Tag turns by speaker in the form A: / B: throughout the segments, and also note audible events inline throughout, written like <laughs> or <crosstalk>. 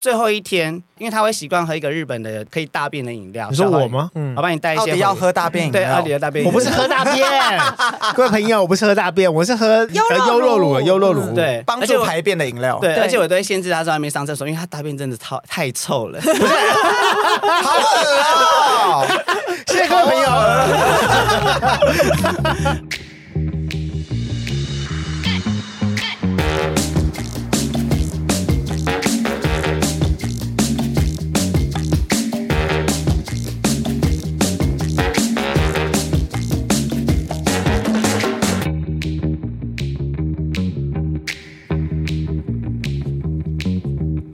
A: 最后一天，因为他会习惯喝一个日本的可以大便的饮料。
B: 你说我？吗？嗯
A: 我，帮你带一
C: 到
A: 些
C: 底
A: 回。
C: 要喝大便饮
A: 对，
C: 料
A: 阿里的大便饮料。
B: 我不是
A: <laughs>
B: 喝大便，各位朋友，我不是喝大便，我是喝呃
D: 优
B: 优酪
D: 酪乳
B: 乳，优酪乳。
C: 嗯
A: 对
C: 帮
A: 而且
C: 助
A: 我
C: 排便的饮料。
A: 对，
D: 对
A: 而且我都会限制他在外面上厕所，因为他大便真的超太臭了。
C: 好恶哦！
B: 谢谢各位朋友。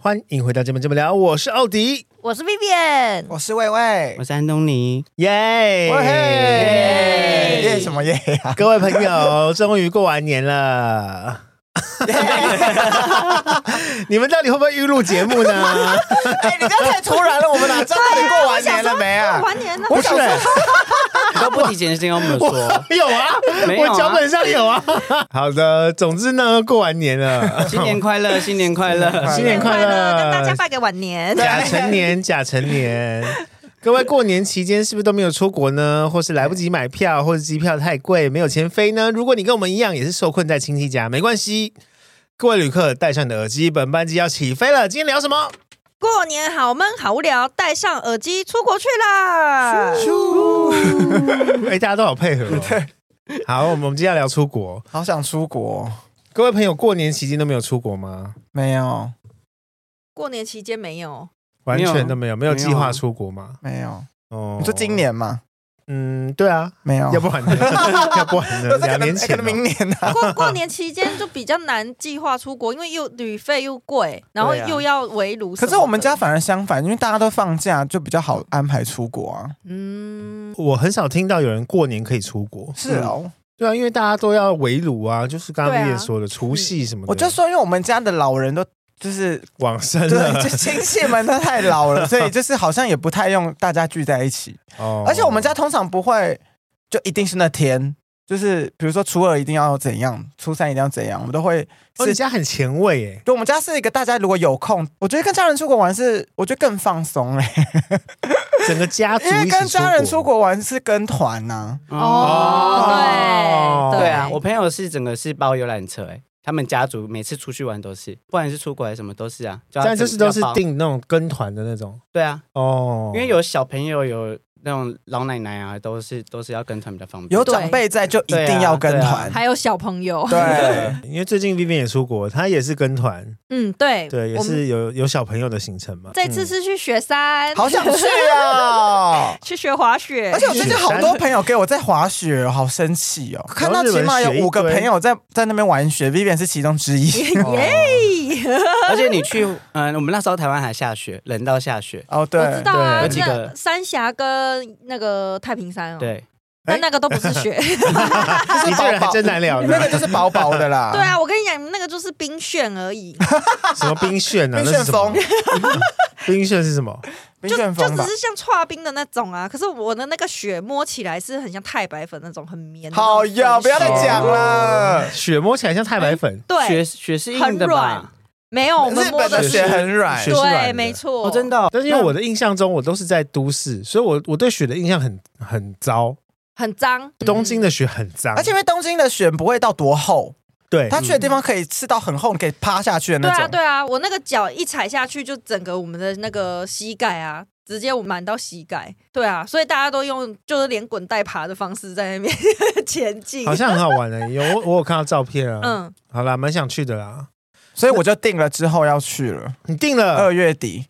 B: 欢迎回到这边这么聊，我是奥迪，
D: 我是 Vivian，
C: 我是魏魏
A: 我，是安东尼，
B: 耶、
C: 喂嘿，
D: 耶
C: 耶什么耶啊？
B: <laughs> 各位朋友，终于过完年了。你们到底会不会预录节目呢？
C: <laughs> 哎，你这样太突然了，我们哪知道你过完年了没啊
D: 过？完年了，
C: 我想说，
A: 你都不提前先跟我们说。
B: 有啊，
A: 没有啊
B: 我脚本上有啊。好的，总之呢，过完年
A: <laughs>
B: 了，
A: 新年快乐，新年快乐！
B: 新年快乐
D: 跟大家拜个晚年。
B: 假成年，假成年。各位过年期间是不是都没有出国呢？或是来不及买票，或者机票太贵没有钱飞呢？如果你跟我们一样也是受困在亲戚家，没关系。各位旅客，戴上你的耳机，本班机要起飞了。今天聊什么？
D: 过年好闷好无聊，戴上耳机出国去啦！
B: <laughs> 哎、大家都好配合、
C: <laughs>
B: 哦。好，我们我们今天要聊出国。
C: 好想出国，
B: 各位朋友，过年期间都没有出国吗？
C: 没有
D: 过年期间没有，
B: 完
C: 啊
A: 没有
B: 全都没有，没有
A: 没有
B: 计划出国吗？
C: 没有，
B: 哦
C: 你说今？年吗？
B: 嗯，对啊，
C: 没有，
B: 要不
C: <laughs>
B: 然呢？要不然呢？
C: 那可
B: 两
C: 能
B: 年
C: 哎
B: 前
C: 可
B: 哦、
C: 能明年呢？
D: 过过年期间就比较难计划出国，因为又旅费又贵，然后
C: 对啊
D: 又要围炉什
C: 可
D: 么的。
C: 是我们家反而相反，因为大家都放假，就比较好安排出国啊。
D: 嗯，
B: 我很少听到有人过年可以出国。
C: 是哦，
B: 对啊，因为大家都要围炉啊，就是刚刚
D: 对啊
B: 你也说的除夕什么的。
C: 啊我就说，因为我们家的老人都 <laughs> 就是
B: 往生
C: 对，
B: 了
C: 就亲戚们都太老了，所以就是好像也不太用大家聚在一起。
B: 哦
C: 而且我们家通常不会，就一定是那天，就是比如说初二一定要怎样，初三一定要怎样，我们都会
B: 哦，你
C: 是。
B: 家很前卫耶。
C: 对，我们家是一个大家如果有空，我觉得跟家人出国玩是，我觉得更放松哎、
B: 整个家族
C: 因为
B: 一起
C: 跟家人出国玩是跟团啊呐、
B: 哦
D: 哦，对
A: 对啊，我朋友是整个是包游览车，哎，他们家族每次出去玩都是，不管是出国还是什么都是啊。要
B: 但就是都是
A: 要包
B: 订那种跟团的那种
A: 对啊，
B: 哦，
A: 因为有小朋友有那种老奶奶啊，都是都是要跟团比较方便。
C: 有长辈在就一定要跟团。
D: 还有小朋友，
C: 对,、啊
B: 因为最近 Vivian 也出国，他也是跟团，
D: 嗯，对，
B: 对，也
D: 我们
B: 是有有小朋友的行程嘛。
D: 这次
B: 嗯
D: 是去
C: <laughs>
D: 雪山，
C: 好想去 <laughs> 哦！
D: <laughs> 去学滑雪，
C: 而且我最近好多朋友给我在滑雪，好生气哦！看到起码有五个朋友在在那边玩雪，Vivian 是其中之一。
D: <laughs> 耶！
C: <laughs>
A: 而且你去，嗯，我们那时候台湾还下雪，冷到下雪。
C: 哦，对，
D: 我知道啊，
A: 有几个
D: 那三峡跟那个太平
C: 嗯
D: 山哦，，
A: 对，
D: 但那个都不是雪，
B: 你这人还真难聊呢
C: 那
D: <laughs>
C: 个就是薄薄的啦。
D: 对，啊，我跟你讲，那个就是冰炫而已，
B: 什么冰炫啊？
C: 冰
B: 那是
C: 旋
B: 什么
C: 风？，
B: <laughs> 冰炫是什么？
C: 冰
D: 就
C: 旋
D: 就
C: 风吧
D: 只，是像刨冰的那种啊。可是我的那个雪摸起来是很像太白粉那种，很绵的那种
C: 好
D: 粉雪。
C: 呀，不要再讲了。
B: 雪摸起来像太白粉，
A: 雪
D: 对，
A: 雪是
D: 很
A: 硬的吧
D: 软？没有，我们
C: 日
D: 摸
C: 本的
D: 的
C: 哎雪
D: 是
C: 很软
B: 雪，是软
D: 对，
B: 的
D: 没错，
A: 哦，真的哦，
B: 但是因为我的印象中，我都是在都市，所以我我对雪的印象很很糟。
D: 很脏。
B: 东京的雪很脏，
C: 而且因为东京的雪不会到多厚，
B: 对
C: 它去的地方可以吃到很厚，你可以趴下去的
D: 对
C: 那
D: 啊，
C: 种。
D: 对啊，我那个脚一踩下去，就整个我们的那个膝盖啊，直接我满到膝盖。对啊，所以大家都用就是连滚带爬的方式在那边前进。
B: 好像很好玩的、有我我有看到照片啊。
D: 嗯，
B: 好啦，蛮想去的啦。
C: 所以我就定了之后要去了，
B: 你订了
C: 二月底，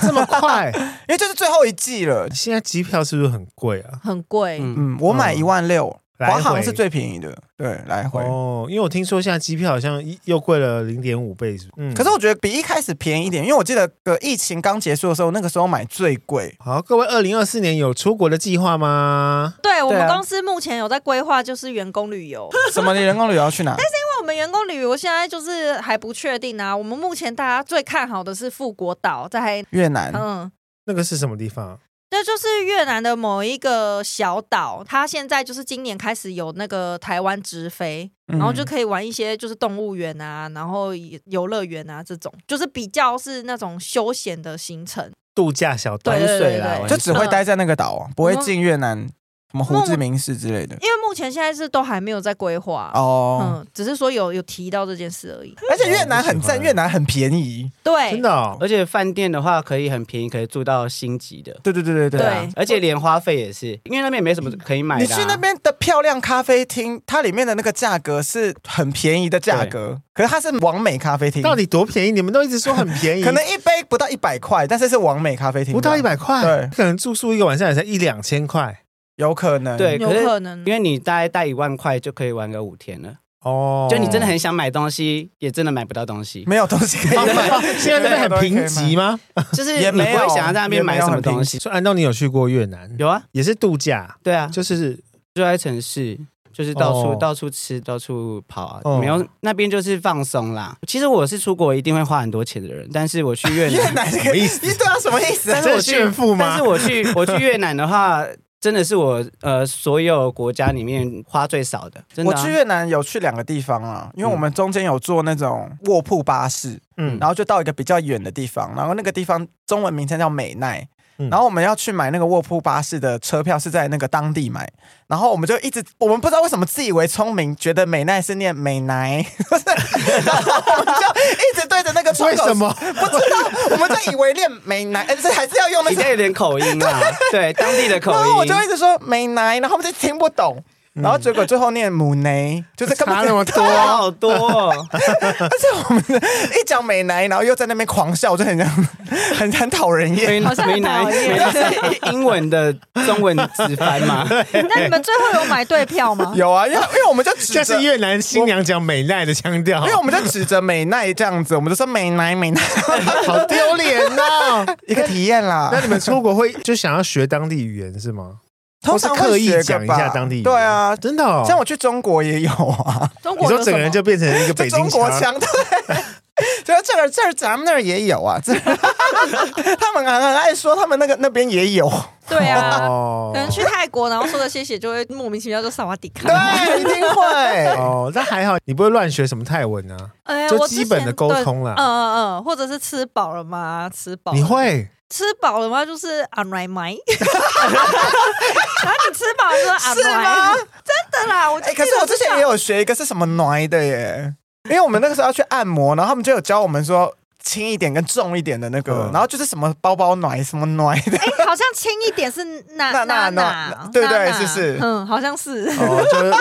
B: 这么快， <laughs>
C: 因为这是最后一季了。
B: 现在机票是不是很贵啊？
D: 很贵。
A: 嗯，
C: 嗯，我买一万六，
B: 来回
C: 华航是最便宜的，对，来回。
B: 哦，因为我听说现在机票好像一又贵了零点五倍，是不是？嗯
C: 可是我觉得比一开始便宜一点，因为我记得个疫情刚结束的时候，那个时候买最贵。
B: 好，各位，二零二四年有出国的计划吗？
D: 对我
A: 对
D: 们
A: 啊
D: 公司目前有在规划，就是员工旅游。
C: 什么？你人工旅游要去哪？
D: 那我们员工旅游现在就是还不确定啊。我们目前大家最看好的是富国岛，在
C: 越南。
D: 嗯，
B: 那个是什么地方？
D: 这就是越南的某一个小岛，它现在就是今年开始有那个台湾直飞，
C: 嗯
D: 然后就可以玩一些就是动物园啊，然后游乐园啊这种，就是比较是那种休闲的行程。
B: 度假小短
D: 对对
B: 水
D: 对
B: 啦，
D: 对嗯
B: 玩
C: 就只会待在那个岛啊，不会
D: 我们
C: 进越南什么胡志明市之类的。
D: 因为目前现在是都还没有在规划，
C: 哦，
D: 嗯，只是说有有提到这件事而已。
C: 而且越南很
B: 我喜
C: 赞，
B: 欢
C: 越南很便宜。
D: 对，
B: 真的哦，
A: 而且饭店的话可以很便宜，可以住到星级的，
C: 对对对对
D: 对
C: 啊
A: 而且连花费也是，因为那边也没什么可以买的、
C: 你
A: 啊。
C: 去那边的漂亮咖啡厅，它里面的那个价格是很便宜的价格，可是它是完美咖啡厅，
B: 到底多便宜？你们都一直说很便宜，
C: 可能一杯不到一百块，但是是完美咖啡厅，
B: 不到一，百块，
C: 对
B: 可能住宿一个晚上也才一两千块
C: 有哎可能。
A: 对，
D: 有
A: 可是
D: 可能
A: 因。为你大概带一万块就可以玩个五天了，
B: 哦。
A: 就你真的
D: <laughs>
A: 很想买东西，也真的买不到东
C: <laughs>
A: 西，
C: 没有东西
B: <laughs>
C: 可
B: 好
C: 以
B: 买
C: 买，
B: 现在那边很贫瘠 <laughs> 吗？
A: 就是
C: 也
A: 你不
C: 没有
A: 会想要在那边买什么东西。
B: 说安东，你有去过越南？
A: 有啊，
B: 也是度假，
A: 对啊，就
B: 就是
A: 住在城市，就是到处、
B: 哦
A: 到处吃，到处跑啊，
B: 哦
A: 没有那边就是放松啦。其实我是出国一定会花很多钱的人，但是我去越
C: 越
A: 南，
C: 南这个意思？对啊，什么意思啊？
A: 但是我
B: 这有
A: 去
B: 炫富吗
A: 但是我去我去越南的话。真的是我呃所有国家里面花最少的，真的
C: 我
A: 啊、
C: 去越南有去两个地方啊，因为我们中间有坐那种卧铺巴士，
D: <laughs>
B: 嗯
C: 然后就到一个比较远的地方，然后那个地方中文名称叫美奈。
B: 嗯
C: 然后我们要去买那个卧铺巴士的车票，是在那个当地买。然后我们就一直，我们不知道为什么自以为聪明，觉得美奈是念美奈， <laughs> 然后我们就一直对着那个窗
B: 为
C: 口，
B: 什 <laughs> 么？
C: 不知道？我们就以为念美奈，哎，这还是要用那
A: 你
C: 个
A: 这有点口音
C: <laughs>
A: 啦，对当地的口音。
C: 然后 <laughs> 我就一直说美奶，然后他们就听不懂，然后结果最后念母奶，就是根
B: 嗯差那
C: 本
B: 么多，
A: 哇，好多、哦，
C: <laughs> 一讲美奶，然后又在那边狂笑，就很像 <laughs> 很很讨人厌。？
A: 没
D: 好像
A: 没
D: 很
A: 拿
D: 讨厌
A: 没拿英文的中文直翻嘛，
D: <laughs> 那你们最后有买对票吗
B: <laughs>
C: 有 <laughs> 啊，因为因为我们就指
B: 这
C: 着
B: 是。越南新娘讲美奈的腔调
C: 因，为我们就指着美奈这样子，我们就说美奈 <laughs> 美奈
B: 好丢脸哦。
C: 一个体验啦
B: <laughs> 那。你们出国会就想要学当地语言是吗？
C: 通常
B: 或是刻意
C: 会学个
B: 讲一下
C: 吧
B: 当地语言
C: 对啊，
B: 真的哦，
C: 像我去中国也有啊，
D: 中
B: 你
D: 国有
B: 说
D: 什
B: 整个人
D: 么
B: 就变成一个
C: 就
B: 北京
C: 中国
B: 腔，
C: 腔 <laughs> 对。就这儿这儿咱们那儿也有 <laughs> 啊，这他们很很爱说他们那个那边也有，
D: 对啊，
B: 哦
D: <laughs> 可能去泰国然后说的谢谢就会莫名其妙就萨瓦迪
C: <laughs>
D: 卡。
C: 对，一定会。
B: 哦，但还好你不会乱学什么泰文啊，
D: 哎
B: 就基本的沟。通
D: 我之前对嗯
B: 啦。
D: 嗯嗯，或者是吃饱了吗？吃
C: 哦
D: 饱了
B: 你会
D: 吃饱了吗？就是 I'm right <laughs> my，然后啊你吃饱了就 I'm
C: 是吗
D: right，真的啦，我
C: <laughs>
D: 就
C: 哎、可是
D: 记得
C: 我之前
D: 这样
C: 也有学一个是什么奶的耶，因为我们那个时候要去按摩，然后他们就有教我们说轻一点跟重一点的那个，
B: 嗯
C: 然后就是什么包包奶什么奶的，
D: 哎，好像轻一点是那
B: <laughs>
C: 那那
D: 那
C: 那对对
D: 那
C: 是是
D: 嗯，好像是，
B: 哦，就是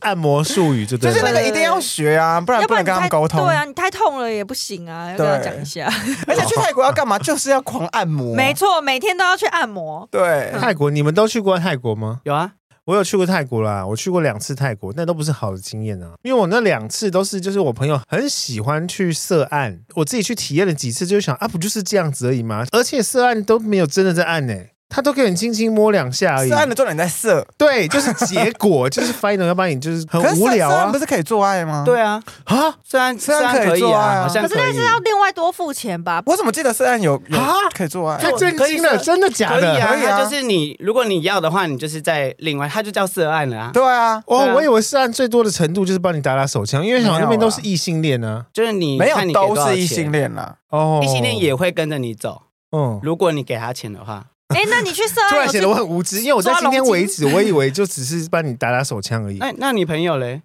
B: 按摩术语就
C: 就
B: 对
C: 是那
B: 了。
C: 个一定要学啊，不然
D: 要
C: 不能
D: 然你
C: 跟他
D: 太
C: 们沟通。
D: 对啊，你太痛了也不行啊，要跟他
C: 对
D: 讲一下。
C: 而且去泰
B: 哦
C: 国要干嘛， <laughs> 就是要狂按摩。
D: <laughs> 没错，每天都要去按摩。
C: 对，
B: 泰国，你们都去过泰国吗？
A: 有啊，
B: 我有去过泰国啦，我去过两次泰国，那都不是好的经验啊，因为我那两次都是就是我朋友很喜欢去涉案，我自己去体验了几次，就想啊，不就是这样子而已吗？而且涉案都没有真的在按呢、他都给你轻轻摸两下而已
C: 色。按的重点在色，
B: 对，就是结果，就是 final 要把你就是很
C: 可是色
B: 无聊
C: 色按
B: 啊
C: 不是可以做爱吗？。
A: 对啊，
B: 啊
A: 虽然
C: 虽然可以
A: 可以
C: 做爱啊
A: 好像
D: 可是那
A: 以
D: 是要另外多付钱吧？
C: 我怎么记得色按有有
B: 啊
C: 可以做爱？
B: 太震惊了，
A: 可以是
B: 真的假
A: 可以
B: 的？
A: 啊，
C: 可以啊
A: 它就是你，如果你要的话，你就是在另外，它就叫涉案了啊，
C: 对啊，
B: 哦
A: 对，啊
B: 我以为涉案最多的程度就是帮你打打手枪，因为想那边都是异性恋啊。
A: 就是你
C: 没
A: 看
C: 有
A: 你给多
C: 都
A: 少
C: 是
A: 钱
C: 异性，恋啦。
B: 哦，
A: 异性恋也会跟着你走，
B: 嗯。
A: 如果你给他钱的话，
D: 哎，那你去涉
B: <laughs> 突然
D: 案有
B: 显
D: 去
B: 得我很无知，因为我在今天为止，我以为就只是帮你打打手枪而已。
C: 哎
A: 那那你朋友嘞？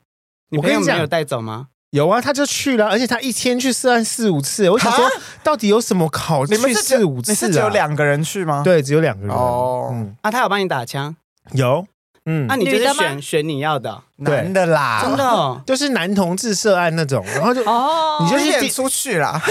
A: 你
B: 我
A: 朋
B: 跟
A: 友没
B: 你讲
A: 有带走吗？
B: <laughs> 有啊，他就去了，而且他一天去涉案四五次。我想说，到底有什么考
C: 啊你们
B: 去
C: 是只
B: 四
C: 有
B: 五次
C: 你
B: 啊？
C: 是只有两个人去吗？
B: 对，只有两个人
C: 哦
B: 嗯，
A: 啊，他有帮你打枪，
B: 有，嗯啊
A: 啊，，你就
D: 女
A: 是
D: 的吗
A: 选选你要的哦，
B: 对
C: 男的啦，
A: 真的哦，
B: 就是男同志涉案那种，然后
C: <laughs>
B: 就，
D: 哦，
B: 你就
C: 就是是
B: 第
C: 演出去
B: <laughs>
C: 啦。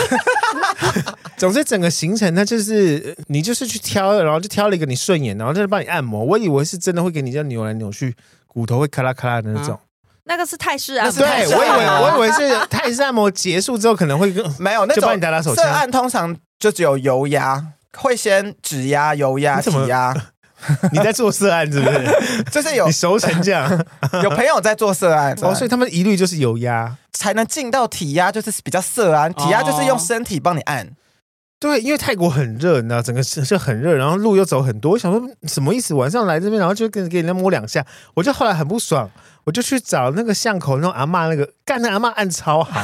B: 总之整个行程，他就是呃你就是去挑，然后就挑了一个你顺眼，然后就是帮你按摩。我以为是真的会给你这样扭来扭去，骨头会咔啦咔啦的那
C: 啊
B: 种。
D: 那个是泰式按摩，
B: 对，
C: 那是泰
B: 我
C: 式
D: <laughs>
B: 以为
C: 按摩
B: 我以为是泰式按摩结束之后可能会更
C: 没有那
B: 就帮
C: 种
B: 你打打手
C: 涉
B: 枪。
C: 案通常就只有油压，会先指压、油压、
B: 你怎么 <laughs>
C: 体压，
B: <laughs> 你在做涉案是不是？
C: 就是有
B: <laughs> 你熟成这样，
C: 有朋友在做涉案，
B: 哦，所以他们一律就是油压。
C: 啊
A: 哦
C: 才能进到体压，就是比较涉案。体压就是用身体帮你按，
B: 对，因为泰国很热，你知道，整个是是很热，然后路又走很多。我想说什么意思？晚上来这边，然后就跟给人家摸两下，我就后来很不爽，我就去找那个巷口那种阿嬷，那个，干那阿嬷按超好，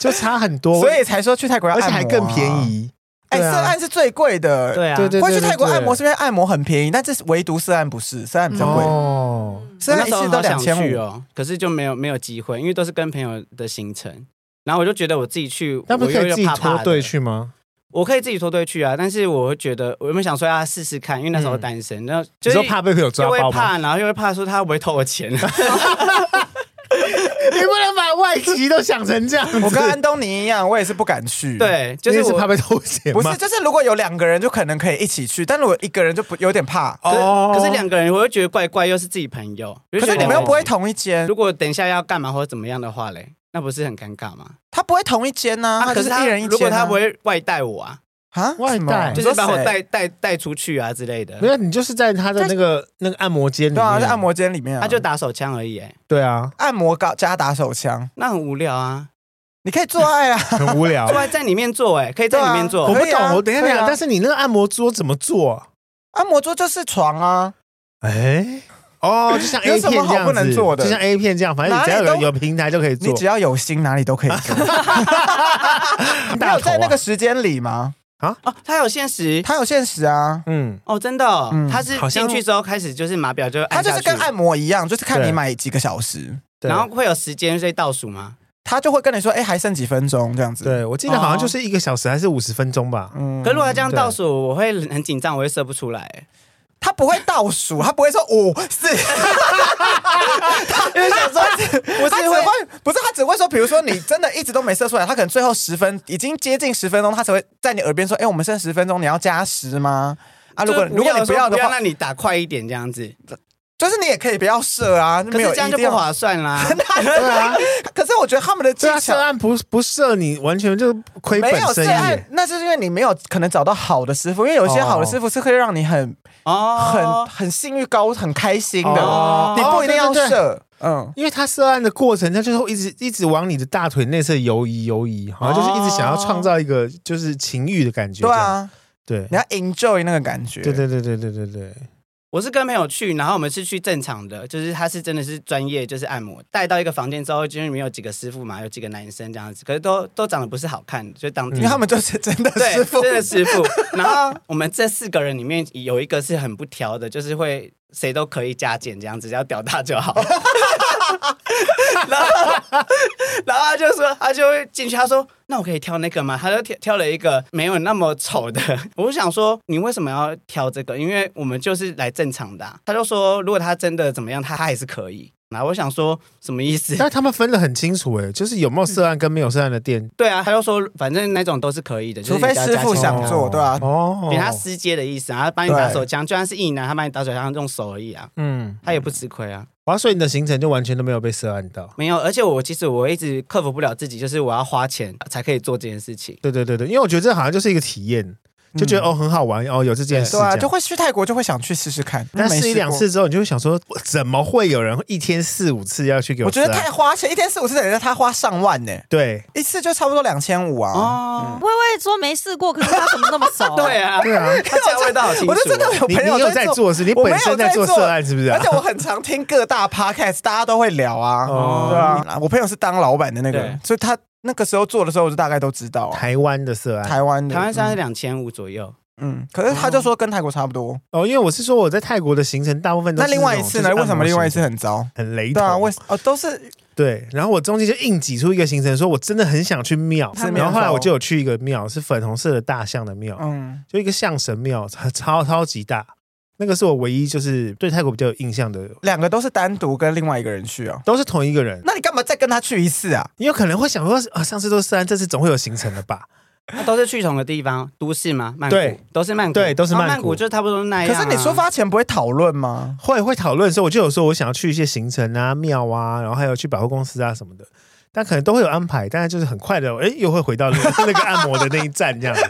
B: 就差很多，
C: 所以才说去泰国要
B: 而且
C: 按摩啊
B: 还更便。宜。
C: 哎，
B: 对
C: 色
B: 啊
C: 按是最贵的，
A: 对啊，
B: <laughs> 对对，
C: 会去泰国按摩
B: 是
C: 是因为按摩很便宜，但这是唯独色按不是，色按比较贵，
B: 哦，
C: 色按
A: 那
C: 一
A: 时候
C: 次都
A: 好
C: 两
A: 想
C: 千
A: 去
C: 五。
A: 哦，可是就没有没有机会，因为都是跟朋友的行程。然后我就觉得我自己去，
B: 那不
A: 我
B: 可
A: 又
B: 以
A: 又
B: 自己
A: 怕怕
B: 脱
A: 的
B: 队去啊吗？
A: 我可以自己脱队去啊，但是我会觉得，我原本想说要试试看，因为那时候
B: 嗯
A: 单身，然后就
B: 你
A: 是
B: 说怕被朋友抓
A: 又会
B: 包吗？
A: 怕，然后又会怕说他会不会偷我
C: <laughs>
A: 钱，
B: <laughs> 你不能把外籍都想成这样子。
C: 我跟安东尼一样，我也是不敢去。。
A: 对，就
B: 你
A: 是
B: 也是
A: 我
B: 怕被偷钱
C: 不
B: 吗？
C: 是，就是如果有两个人，就可能可以一起去，但如果一个人就不有点怕。
A: 可是
B: 哦
A: 可是两个人，我又觉得怪怪，又是自己朋友，可
C: 可是你们又不会。同一间
A: 如，果等一下要干嘛或者怎么样的话嘞，那不是很尴尬吗？
C: 他不会同一间呐、他
A: 可
C: 就是是一人一间啊、
A: 如果他不会外带我啊，
C: 啊，
B: 外
C: 什么
B: 带
A: 就
C: 你
A: 是
C: 说
A: 把我
C: 谁啊
A: 带带带出去啊之类的
B: 没，有，你就是在他的那个那个按摩间里
C: 对啊，
B: 面，
C: 在按摩间里面啊，
A: 他就打手枪而已，哎，
B: 对
C: <laughs>
B: 啊，
C: 按摩高加打手枪，
A: 那很无聊啊，
C: 你可以做爱啊，
B: 很无聊
A: 坐。在在里面做，哎，可以在里面
B: 我
A: 做
C: 对啊，
B: 不
C: 可以
B: 懂，我等一下
C: 可以
B: 等一
C: 啊
B: 下，但是你那个按摩桌怎么做？啊
C: 按摩桌啊就是床啊，
B: 哎，哦，就像
C: 有
B: A
C: 什么
B: 片这样
C: 好不能
B: 子
C: 做的
B: 就像 A 片这样，反正你只要
C: 哪
B: 有
C: 里都
B: 有平台就可以
C: 你
B: 做。
C: 只要有心，哪里都可以做。你
B: 啊
C: 有在那个时间里吗？
A: 哦，他有限时，
C: 他有限时啊，
B: 嗯，
A: 哦，真的哦
C: 嗯，
A: 他是
B: 好像
A: 进去之后开始就是码表就
C: 他
A: 按
C: 就
A: 下
C: 是
A: 去，
C: 跟按摩一样，就是看
B: 对
C: 你买几个小时，
B: 对
A: 然后会有时间所以倒数吗？
C: 他就会跟你说，哎，还剩几分钟这样子。，
B: 对我记得好像就是一个小时还是五十分钟吧。
C: 哦嗯
A: 可如果他这样
B: 对
A: 倒数，我会很紧张，我会射不出来，哎
C: 他不会倒数，他不会说五四，因为想说，不是会不是他只会说，比如说你真的一直都没射出来，他可能最后十分已经接近十分钟，他才会在你耳边说，哎、我们剩十分钟，你要加时吗？啊，如果
A: 就是
C: 如果你不要的
A: 那
C: 话，
A: 你打快一点这样子，
C: 就是你也可以不要射啊，
A: 可
C: <laughs> 没
A: 是
C: 有
A: 这样就
C: 一定
A: 不
C: 要。
A: 划算
C: <laughs>
A: 啦。 <laughs>
B: 对啊，
C: 可是我觉得他们的技
B: 对啊，
C: 巧
B: 涉。案不不涉你，完全就亏
C: 没
B: 本
C: 有
B: 生
C: 涉
B: 意
C: 案
B: 耶。，
C: 那是因为你没有可能找到好的师傅，因为有一些好的师傅是可以让你很、 <laughs> 很
A: 哦，
C: 很性欲高、很开心的，
A: 哦
C: 你不一定
B: 哦
C: 要
B: 对对对
C: 射，嗯。
B: 因为他涉案的过程，他就是会一直一直往你的大腿内侧游移游移，好像就是一直想要创造一个就是情欲的感觉。
C: 哦对，啊，
B: 对，
C: 你要 enjoy 那个感觉。
B: 对对对对对对对，
A: 我是跟朋友去，然后我们是去正常的，就是他是真的是专业，就是按摩。带到一个房间之后，就是里面有几个师傅嘛，有几个男生这样子，可是都都长得不是好看，就当地
C: 因为他们就是啊真的
A: 对
C: <laughs> 师傅，
A: 真的师傅。然后我们这四个人里面有一个是很不挑的，就是会谁都可以加减这样子，只要屌大就好。 <laughs> 然后，然后他就说，他就会进去，他说：“那我可以挑那个吗？”他就挑挑了一个没有那么丑的。我就想说，你为什么要挑这个？因为我们就是来正常的啊、他就说，如果他真的怎么样，他还是可以。然后我想说，什么意思？
B: <laughs> 但他们分得很清楚，哎，就是有没有涉案跟没有涉案的
C: 嗯
B: 店，
A: 对啊，他就说，反正那种都是可以的，就是
C: 除非
A: 你只要
C: 师
A: 加
C: 傅
A: 减
C: 想
A: 这样
C: 做对啊
B: 哦
A: 比他私接的意思啊，他帮你打手枪，就算是异男，他帮你打手枪用手而已啊，
B: 嗯，
A: 他也不吃亏啊。
B: 哇，所以你的行程就完全都没有被涉案到。
A: 没有，而且我其实我一直克服不了自己，就是我要花钱才可以做这件事情。
B: 对对对对，因为我觉得这好像就是一个体验，就觉得、哦很好玩哦，有这件事
C: 嗯对啊，
B: 这
C: 就
B: 样。
C: 会去泰国就会想去试试看，
B: 但
C: 没
B: 试一两
C: 过
B: 次。之后，你就会想说，怎么会有人一天四五次要去给
C: 我觉得
B: 涉案
C: 太花钱，一天四五次等于他花上万呢，
B: 对
C: 一次就差不多两千五啊。
A: 哦，
D: 微微说没试过，可是他怎么那么熟？
A: <laughs> 对啊，
B: 对啊，
A: 他价位都好清楚
C: 我就真的
A: 哦。
C: 有
B: 你
C: 朋
B: 你
C: 友
B: 有在
C: 做，
B: 做是？你
C: 我没
B: 本
C: 有
B: 身
C: 在
B: 做
C: 做
B: 涉案是不是啊
C: 而？且我很常听各大 podcast，大家都会聊 <laughs> 啊。
B: 哦
C: 对啊，我朋友是当老板的那个
A: 对，
C: 所以他那个时候做的时候，我就大概都知道啊。
B: 台湾的涉案
C: 台湾的，
A: 台湾现是啊两千五左右，
C: 嗯，嗯可是他就说跟泰国差不多。
B: 哦，因为我是说我在泰国的行程大部分都
C: 嗯那
B: 是
C: 另外一次呢？
B: 这种
C: 为什么另外一次
B: 就是
C: 很糟？
B: 按摩行程很雷
C: 对
B: 同？
C: 啊，为哦都是
B: 对，然后我中间就硬挤出一个行程，说我真的很想去庙，
C: 寺庙
B: 然后后来
C: 走
B: 我就有去一个庙，是粉红色的大象的庙，
C: 嗯，
B: 就一个象神庙，超超超级大。那个是我唯一就是对泰国比较有印象的，
C: 两个都是单独跟另外一个人去哦。
B: 都是同一个人。
C: 那你干嘛再跟他去一次啊？
B: 你有可能会想说啊，上次都是三，这次总会有行程的吧？ <laughs>
A: 那啊都是去同的地方，都市吗？曼谷
B: 对，
A: 都是曼谷，
B: 对都是
A: 哦
B: 曼谷
A: 曼谷，就差不多那
C: 可
A: 样啊。
C: 是你出发前不会讨论吗？
B: 会会讨论的时候，我就有说我想要去一些行程啊、庙啊，然后还有去百货公司啊什么的。那可能都会有安排，但是就是很快的，哎，又会回到那个那个按摩的那一站这
C: <laughs>
B: 样子。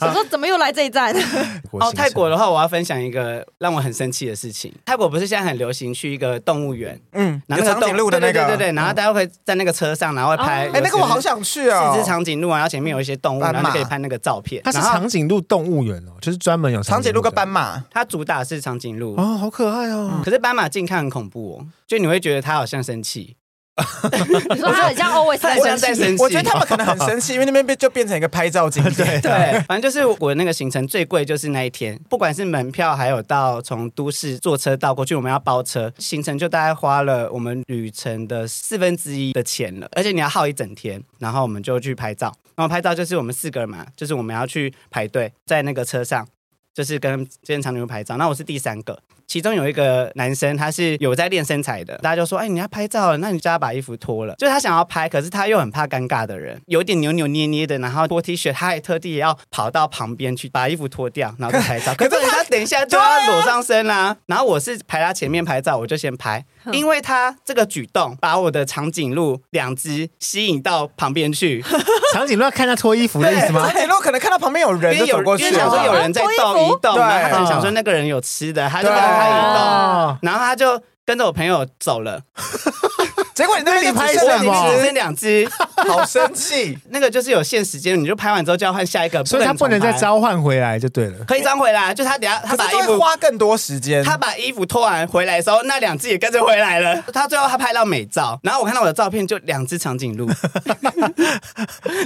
D: 想说怎么又来这一站？ <laughs>
A: 哦，泰国的话，我要分享一个让我很生气的事情。泰国不是现在很流行去一个动物园，
C: 嗯，
A: 然
C: 有
A: 后那个
C: 长
A: 动
C: 颈鹿的那个，嗯
A: 对对对对，然后大家会在那个车上，然后会拍。
D: 哦
C: 哎，那个我好想去哦，
A: 四只长颈鹿啊，然后前面有一些动物，
C: 斑马
A: 然后你可以拍那个照片。
B: 它是
A: 然后
B: 长颈鹿动物园哦，就是专门有
C: 长颈鹿
B: 的
C: 跟斑马，
A: 它主打是长颈鹿，
B: 哦，好可爱哦。
A: 可是斑马近看很恐怖哦，就你会觉得它好像生气，
D: 你说他很像 always
A: 它
D: 在
A: 很像在
D: 生气，
A: 生气。
C: 我觉得他们可能很生气，因为那边变就变成一个拍照 <laughs> 景点。
A: 对，反正就是我那个行程最贵就是那一天，不管是门票，还有到从都市坐车到过去，我们要包车，行程就大概花了我们旅程的四分之一的钱了，而且你要耗一整天，然后我们就去拍照，然后拍照就是我们四个人嘛，就是我们要去排队在那个车上，就是跟这些长颈鹿拍照，那我是第三个。其中有一个男生，他是有在练身材的，大家就说：“哎，你要拍照了，那你叫他把衣服脱了。”就是他想要拍，可是他又很怕尴尬的人，有点扭扭捏捏的，然后脱 T 恤，他还特地要跑到旁边去把衣服脱掉，然后再拍
C: <laughs>
A: 照。可是他等一下就要裸上身啦、然后我是排他前面拍照，我就先拍，
D: 嗯
A: 因为他这个举动把我的长颈鹿两只吸引到旁边去，
B: 长颈鹿要看它脱衣服的意思吗？
C: 长颈鹿可能看到旁边有人
A: 因为
C: 就
A: 有
C: 走过去
A: 因
C: 了，
A: 为想说有人在动一动，
C: 对
A: 然后他可能想说那个人有吃的，他就跟着他一动。
B: 哦，
A: 然后他就跟着我朋友走了，
C: 结果你那边就只
B: 为
C: 剩
A: 我里面
C: 了
A: 只
C: 一
A: 剩两只， <laughs>
C: 只， <laughs> 好生气。
A: 那个就是有限时间，你就拍完之后就要换下一个，
B: 所以它不能
A: 重
B: 再
A: 拍，
B: 召唤回来就对了。
A: 可以装回来，啊就他等下 <laughs> 他
C: 可
A: 把
C: 是
A: 衣
C: 就会
A: 服。
C: 花更多时间。哎
A: 他把衣服脱完回来的时候，那两只也跟着回来了。 <laughs> 他最后他拍到美照，然后我看到我的照片就两只长颈鹿， <laughs>
C: 哎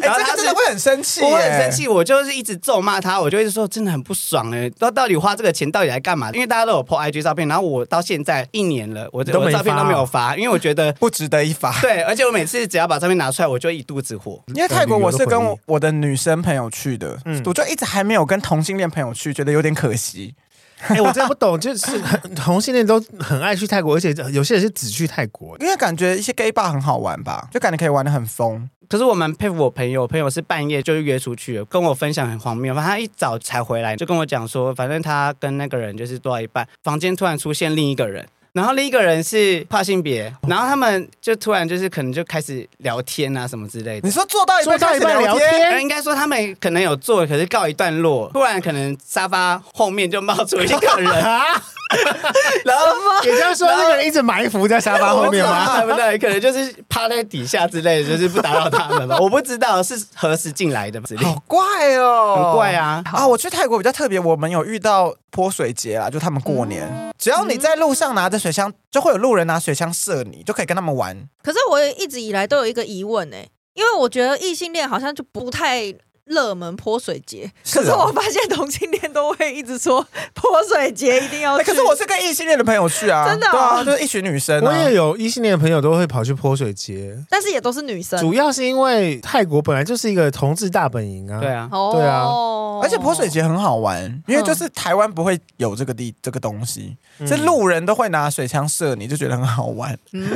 A: 然，后
C: 这
A: 他
C: 个
A: 是
C: 真的会很生气，
A: 我会很生。气，我就是一直咒骂他，我就一直说真的很不爽哎、欸，到到底花这个钱到底来干嘛？因为大家都有 po IG 照片，然后我到现在一年了，我
B: 都
A: 我
B: 没
A: 的照片
B: 发
A: 都没有发，因为我觉得
C: 不值得一发。
A: 对，而且我每次只要把照片拿出来，我就一肚子火。
C: 因为泰国我是跟
B: 旅游的
C: 我
B: 回
C: 我的女生朋友去的，
B: 嗯
C: 我就一直还没有跟同性恋朋友去，觉得有点可惜。
B: <laughs> 哎，我真的不 <laughs> 懂，就是很同性恋都很爱去泰国，而且有些人是只去泰国。
C: 因为感觉一些 gay bar 很好玩吧，就感觉可以玩的很疯。
A: 可是我蛮佩服我朋友，我朋友是半夜就是约出去了，跟我分享很荒谬。反正他一早才回来，就跟我讲说，反正他跟那个人就是做到一半，房间突然出现另一个人。然后另一个人是跨性别，然后他们就突然就是可能就开始聊天啊什么之类的
C: 你。说做到一
B: 做
C: 半
B: 到
C: 开
B: 一
C: 始
B: 半聊
C: 天，
A: 呃应该说他们可能有做，可是告一段落，突然可能沙发后面就冒出一个人，
B: <laughs>
A: 然后
B: 啊也就是说，那个人一直埋伏在沙发后 <laughs> 面吗？
A: 对不对？可能就是趴在底下之类的，就是不打扰他们吧。我不知道是何时进来的指令，
C: 好怪哦，
A: 很怪。啊。
C: 啊，我去泰国比较特别，我们有遇到泼水节啦，就他们过年，只要你在路上拿着水枪，就会有路人拿水枪射你，就可以跟他们玩。
D: 可是我一直以来都有一个疑问哎、因为我觉得异性恋好像就不太热门泼水节，
C: 是哦
D: 可是我发现同性恋都会一直说泼水节一定要
C: 哎
D: 去。
C: 可是我是跟异性恋的朋友去啊，
D: 真的哦
C: 对啊，就是一群女生、
B: 我
C: 啊。
B: 也有异性恋的哦朋友都会跑去泼水节，
D: 但是也都是女生啊
B: 主要是因为泰国本来就是一个同志大本营啊。
A: 对，啊，
D: 哦
B: 对啊
C: 而且泼水节很好玩，因为就是台湾不会有这个地这个东西，
B: 嗯
C: 是路人都会拿水枪射你，就觉得很好玩。
D: <laughs> 嗯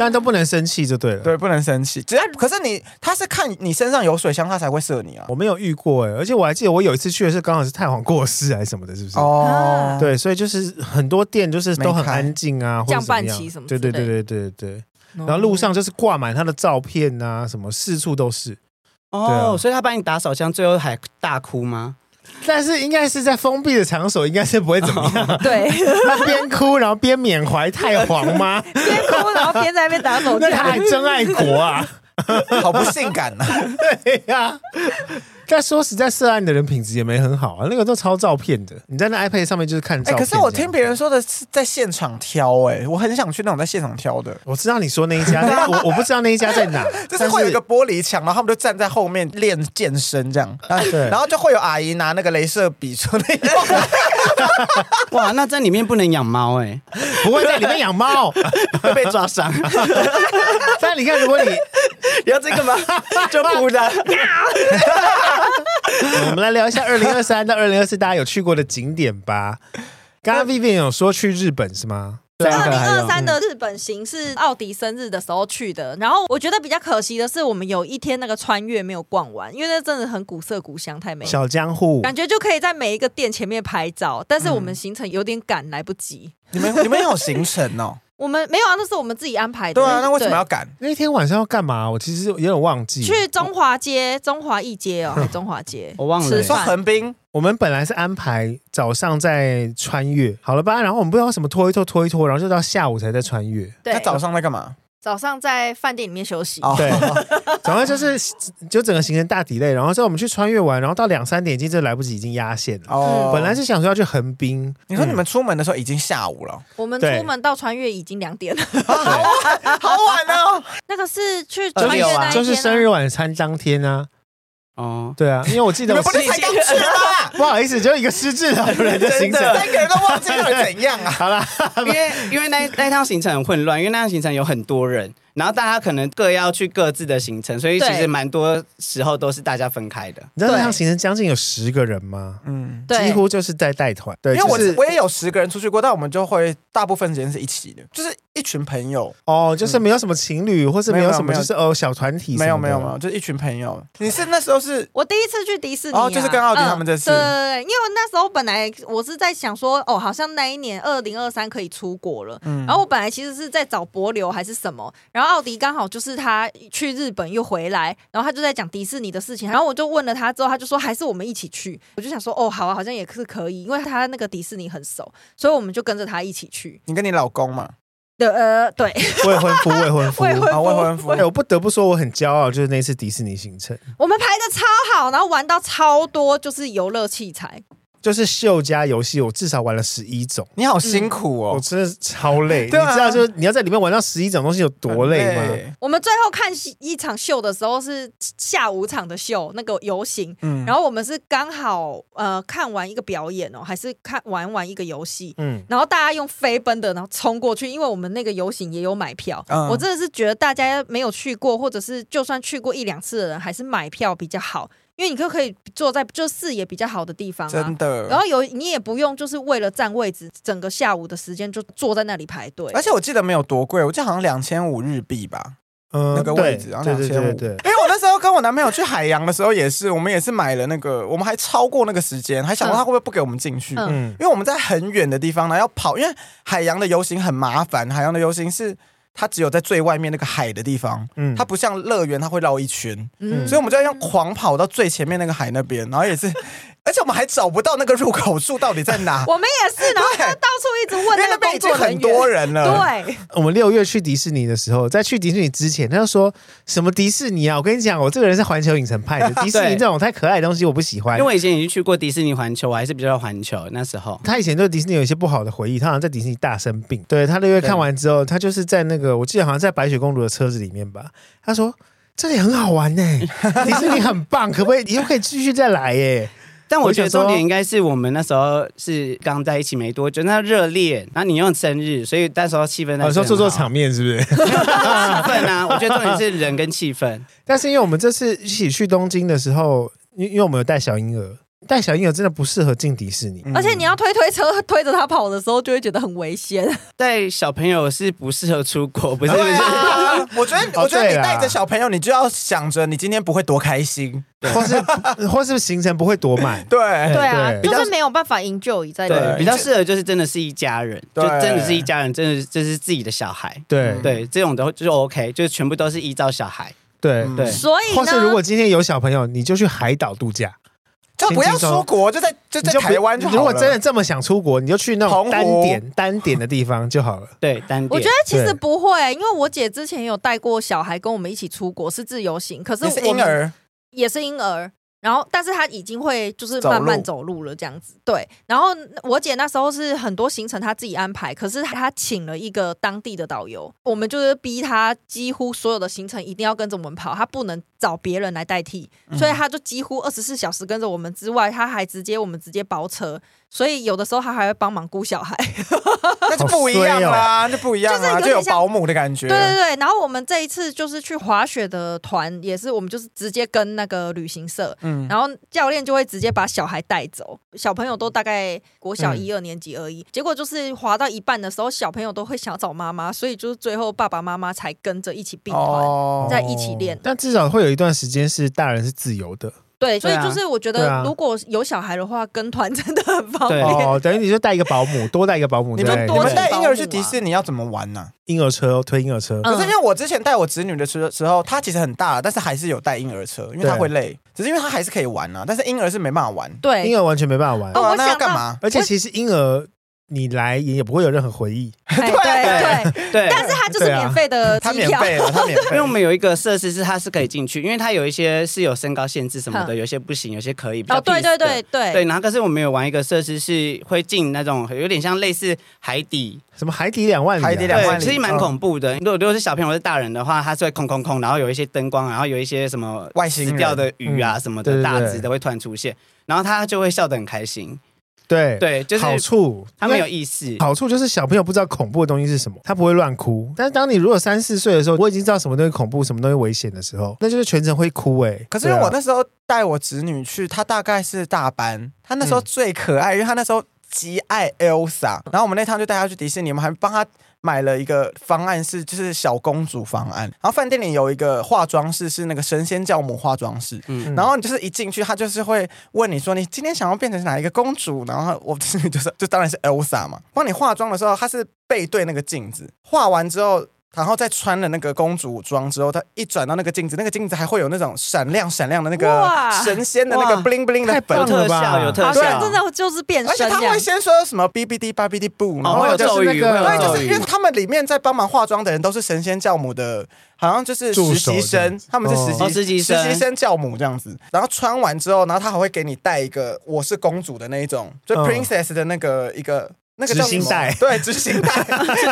B: 但都不能生气就对了。
C: 对，不能生气，只要可是你他是看你身上有水枪，他才会射你啊。
B: 我没有遇过哎、而且我还记得我有一次去的是刚好是太皇过世还是什么的，是不是？
C: 哦，
B: 对，所以就是很多店就是都很安静啊，或者
D: 降半
B: 怎么样
D: 旗什么
B: 对对
D: 之类
B: 对
D: 的
B: 对对
C: 哦
B: 对。
D: 嗯
B: 然后路上就是挂满他的照片啊，什么四处都是。对啊
A: 哦，所以他帮你打手枪，最后还大哭吗？ <laughs>
B: 但是应该是在封闭的场所，应该是不会怎么
C: <laughs>
B: 样。
D: <laughs> 对，
B: 他边哭然后边缅怀太皇
C: <laughs>
B: 吗？
D: 边哭然后边在那边打手
B: 那他
D: 枪
B: 还。真爱国啊！
C: <laughs> 好不性感呐、啊！
B: 对呀、但说实在，涉案的人品质也没很好啊，那个都超照片的。你在那 iPad 上面就是看照
C: 哎、
B: 片、
C: 可是我听别人，说的是在现场挑、哎，我很想去那种在现场挑的，
B: 我知道你说那一家，但我我不知道那一家在
C: <laughs>
B: 哪。
C: 就是会有一个玻璃墙，然后他们就站在后面练健身这样，然后
B: 对
C: <laughs> 然后就会有阿姨拿那个镭射笔出来， <laughs>
A: 哇，那在里面不能养猫哎，
B: 但是不会在里面养猫。 <laughs>
A: 会 <laughs> 被抓伤。
B: 但你看，如果你
A: <laughs> 你要这个吗？就哭 <laughs> 的。
B: 我们来聊一下二零二三到二零二四大家有去过的景点吧。刚刚 Vivian 有说去日本是吗？
A: 对
D: 二
A: 啊
D: 零
A: 还
D: 二
A: 有？
D: 三的日本行是奥迪生日的时候去的，然后我觉得比较可惜的是，我们有一天那个穿越没有逛完，因为那真的很古色古香，太美了。
B: 小江户
D: 感觉就可以在每一个
C: 嗯
D: 店前面拍照，但是我们行程有点赶，来不及。
C: 你们你们有行程哦？
D: 我们没有啊，那是我们自己安排的。
C: 对啊，那为什么要赶？
B: 那天晚上要干嘛？我其实有点忘记。
D: 去中华街、中华一街哦，还是中华街
A: <laughs> 我忘了
D: 吃
A: 对
C: 说
D: 饭
C: 横滨，
B: 我们本来是安排早上在穿越，好了吧？然后我们不知道为什么拖一拖拖一拖，然后就到下午才在穿越。
D: 对
C: 那，早上在干嘛？
D: 早上在饭店里面休息。
C: 哦
B: 对，总之就是 <laughs> 就整个行程大抵累，然后之后我们去穿越完，然后到两三点已经真的来不及，已经压线了。
C: 哦，
B: 本来是想说要去横滨，
C: 你说你们出门的时候已经下午了，
D: 我们
B: 对
D: 出门到穿越已经两点了， <laughs>
C: 好晚哦。
D: 那个是去
A: 二
D: 穿
C: 呃
D: 越
A: 六啊
D: 那一天啊
B: 嗯就是生日晚餐当天啊，
A: 哦，
B: 对啊，因为我记
C: 你
B: 得
C: 们
B: 我
C: 不是才刚去吗？
B: <laughs> 不好意思，就一个失智
C: <laughs>
B: 老人的行
A: 真
B: 程。
A: 的
C: 三个人都忘记到底怎样
B: <laughs>
C: 啊？
B: 好啦，
A: 因为因为那那一趟行程很混乱，因为那趟行程有很多人，然后大家可能各要去各自的行程，所以其实
D: 对
A: 蛮多时候都是大家分开的。
B: 你知道那趟行程将近有十个人吗？
C: 嗯，
D: 对，
B: 几乎就是在带团，对，
C: 因为我嗯
B: 就是
C: 我也有十个人出去过，但我们就会大部分时间是一起的，就是一群朋友。
B: 哦，就是没有什么情侣，或是没有什么就是哦小团体什么的，
C: 没有没有没有，就是一群朋友。你是那时候是
D: 我第一次去迪士尼啊、
C: 哦就是跟奥迪他们这次
D: 嗯对对对，因为我那时候本来我是在想说，哦，好像那一年二零二三可以出国了，
C: 嗯
D: 然后我本来其实是在找博流还是什么，然后奥迪刚好就是他去日本又回来，然后他就在讲迪士尼的事情，然后我就问了他之后，他就说还是我们一起去，我就想说，哦，好啊，好像也是可以，因为他那个迪士尼很熟，所以我们就跟着他一起去。
C: 你跟你老公嘛？
D: 的呃，对，
B: 未婚
C: <laughs>
B: 夫，未婚夫，
D: 未婚
C: 啊
D: 夫，
C: 未婚夫
B: 哎、我不得不说，我很骄傲，就是那次迪士尼行程，
D: 我们排的超好，然后玩到超多，就是游乐器材。
B: 就是秀加游戏，我至少玩了十一种，
C: 你好辛苦
B: 我
C: 哦，
B: 真的是超
C: <laughs>
B: 累。
C: 对啊
B: 你知道，就是你要在里面玩到十一种东西有多累吗？
C: 很累？
D: 嗯我们最后看一场秀的时候是下午场的秀，那个游行。
C: 嗯，
D: 然后我们是刚好呃看完一个表演哦，还是看玩完一个游戏，
B: 嗯，
D: 然后大家用飞奔的，然后冲过去，因为我们那个游行也有买票。
C: 嗯
D: 我真的是觉得大家没有去过，或者是就算去过一两次的人，还是买票比较好，因为你就可以坐在就视野比较好的地方啊
C: 真。的，
D: 然后有你也不用就是为了占位置，整个下午的时间就坐在那里排队。
C: 而且我记得没有多贵，我记得好像两千五日币吧。
B: 呃
C: 那个位置然后
B: 对对对
C: 2500
B: 对对，
C: 因为我那时候跟我男朋友去海洋的时候也是，我们也是买了那个，我们还超过那个时间，还想说他会不会不给我们进去，
D: 嗯
B: 嗯，
C: 因为我们在很远的地方呢要跑，因为海洋的游行很麻烦，海洋的游行是。它只有在最外面那个海的地方，
B: 嗯
C: 它不像乐园，它会绕一圈，
D: 嗯
C: 所以我们就要用狂跑到最前面那个海那边，然后也是， <laughs> 而且我们还找不到那个入口处到底在
D: <laughs>
C: 哪，
D: 我们也
C: <laughs>
D: 是，然后就到处一直
C: 因
D: 问
C: 为
D: 那
C: 那
D: 个
C: 边已
D: 工
C: 经
D: 作人
C: 很
D: 员。
C: 多人了。嗯
D: 对，
B: 我们六月去迪士尼的时候，在去迪士尼之前，他就说什么迪士尼啊？我跟你讲，我这个人是环球影城派 <laughs> 的，迪士尼这种太可爱的东西我不喜欢
A: 因为。我以前已经去过迪士尼环球，我还是比较环球那时候。
B: 他以前对迪士尼有一些不好的回忆，他好像在迪士尼大生病。对他六月看完之后，他就是在那个，我记得好像在白雪公主的车子里面吧，他说。这里很好玩呢、 <laughs> 迪士尼很棒，可不可以以后可以继续再来耶、 <laughs>
A: 但我觉得
B: 我想说
A: 重点应该是我们那时候是刚在一起没多久，那热烈，然后你用生日，所以那时候气氛
B: 我、
A: 那
B: 说做做场面是不是？
A: 气氛
C: <laughs>
A: 啊，我觉得重点是人跟气氛。
B: <laughs> 但是因为我们这次一起去东京的时候，因因为我们有带小婴儿，带小婴儿真的不适合进迪士尼。
C: 嗯
D: 而且你要推推车推着他跑的时候，就会觉得很危险。
A: 带小朋友是不适合出国，不是？
C: 对啊，我觉得，
B: 哦
C: 我觉得
B: 对
C: 你
B: 啦
C: 带着小朋友，你就要想着你今天不会多开心。
B: 或是呃或是行程不会多满。
C: <laughs> 对，
D: 对啊，
B: 对
D: 就是没有办法 enjoy 在
A: 对，
D: 里
A: 比
D: 面。
A: 较适合就是真的是一家人，就
C: 对嗯
A: 真的是一家人，真的这是自己的小孩。
B: 对对
A: 对，这种的就是 OK，就是全部都是依照小孩。
B: 对
C: 嗯
A: 对，
D: 所以
B: 或是
D: 呢，
B: 如果今天有小朋友，你就去海岛度假，
C: 就不要
B: 轻轻松
C: 出国，就在就
B: 你
C: 在
B: 就不
C: 台湾就好了。
B: 如果真的这么想出国，你就去那种
C: 澎湖
B: 单点单点的地方就好了。
A: 对，单
D: 我
A: 点
D: 觉得。其实
B: 对
D: 不会，因为我姐之前有带过小孩跟我们一起出国，是自由行，可是
C: 你是
D: 我
C: 婴
D: 们
C: 儿，
D: 也是婴儿。然后，但是她已经会就是慢慢走路了，这样子。对。然后我姐那时候是很多行程她自己安排，可是她请了一个当地的导游，我们就是逼她几乎所有的行程一定要跟着我们跑，她不能找别人来代替，所以她就几乎二十四小时跟着我们之外，她还直接我们直接包车，所以有的时候她还会帮忙顾小孩。
C: <laughs> 那就不一样啦，就不一样
D: 就是
C: 啦，
D: 有
C: 就
D: 点
C: 有
D: 像
C: 保姆的感觉。
D: 对对对，然后我们这一次就是去滑雪的团，也是我们就是直接跟那个旅行社，
C: 嗯，
D: 然后教练就会直接把小孩带走，小朋友都大概国小一二年级而已。结果就是滑到一半的时候，小朋友都会想找妈妈，所以就是最后爸爸妈妈才跟着一起并团。
C: 哦
D: 在一起练
B: 但至少会有一段时间是大人是自由的，
D: 对，所以
C: 对啊
D: 就是我觉
B: 对
D: 得
B: 啊
D: 如果有小孩的话，跟团 <laughs> 真的很方
A: 对
D: 便。
B: 哦，等于你就带一个保姆，多带一个保姆，
C: 你
B: 对不对
C: 们
D: 多
C: 你
B: 你
C: 们
B: 们
C: 带
D: 保
C: 婴儿
D: 姆
C: 去迪
D: 啊
C: 士尼要怎么玩呢、
B: 婴儿车推婴儿车，
D: 嗯
C: 可是因为我之前带我侄女的时时候，她其实很大了，但是还是有带婴儿车，因为她
B: 对
C: 会累。只是因为她还是可以玩啊，但是婴儿是没办法玩。
D: 对
B: 婴，儿完全没办法玩，
D: 哦
C: 对啊
D: 我
C: 那要
D: 想到
C: 干嘛？
B: 而且其实婴儿你来也不会有任何回忆，
D: 哎对
A: 对
D: 对
A: 对，
D: 但是它就是
B: 对啊
D: 免费的
C: 她
D: 机
C: 免
D: 票，
C: 费了，她免
A: 因
C: 费
A: <laughs> 为
C: 了
A: 我。们有一个设施是它是可以进去，因为它有一些是有身高限制什么的，
D: 哼
A: 有些不行，有些可以。比较
D: 哦，对
A: peace
D: 对
A: 的
D: 对对
A: 对，然后可是我们有玩一个设施是会进那种有点像类似海底，
B: 什么海底两万里啊，
C: 海底两万
A: 对，
C: 里
A: 其实蛮
C: 嗯
A: 恐怖的。如果如果是小朋友或是大人的话，它是会空空空，然后有一些灯光，啊然后有一些什么
C: 外星
A: 死
C: 人嗯
A: 掉的鱼啊什么的
B: 对对
A: 大
B: 对
A: 只的会突然出现，然后他就会笑得很开心。
B: 对，
A: 对，就是
B: 好处
A: 他没
B: 因
A: 有
B: 为
A: 意识。
B: 好处就是小朋友不知道恐怖的东西是什么，他不会乱哭。但是当你如果三四岁的时候，我已经知道什么东西恐怖，什么东西危险的时候，那就是全程会哭哎、
C: 可是因为
B: 对啊
C: 我那时候带我侄女去，她大概是大班，她那时
B: 嗯
C: 候最可爱，因为她那时候极爱 Elsa。然后我们那趟就带她去迪士尼，我们还帮她买了一个方案是就是小公主方案。然后饭店里有一个化妆室是那个神仙教母化妆室，
A: 嗯
C: 然后你就是一进去，她就是会问你说你今天想要变成哪一个公主？然后我侄女就是 <laughs> 就当然是 Elsa 嘛。帮你化妆的时候，她是背对那个镜子，化完之后然后再穿了那个公主装之后，她一转到那个镜子，那个镜子还会有那种闪亮闪亮的那个
D: 哇
C: 神仙的那个
A: 哇
C: bling bling 的
B: 太
C: 本
A: 有
B: 棒，了
A: 特
B: 吧
A: 效，有特
D: 好
A: 效，
C: 对啊
D: 像真的就是变
C: 而且
D: 身
C: 他
D: 这
C: 会
D: 样。
C: 先说什么 b b d b b d boo，然
A: 哦，会
C: 后
A: 有
C: 就
B: 就是
A: 咒
B: 那
A: 语，
B: 个
A: 会
C: 对，
A: 有咒
C: 就是因为
A: <laughs> 语。
C: 他们里面在帮忙化妆的人都是神仙教母的，好像就是实
B: 助
C: 习
B: 手这样
C: 生
B: 子，
C: 他们是
B: 哦
A: 实
C: 实
A: 习
C: 习
A: 生
C: 实习生教母这样子。然后穿完之后，然后他还会给你带一个我是公主的那一种，就
B: 嗯
C: princess 的那个一个那个叫什
B: 执
C: 么
B: 行带
C: 对，执行带， <laughs>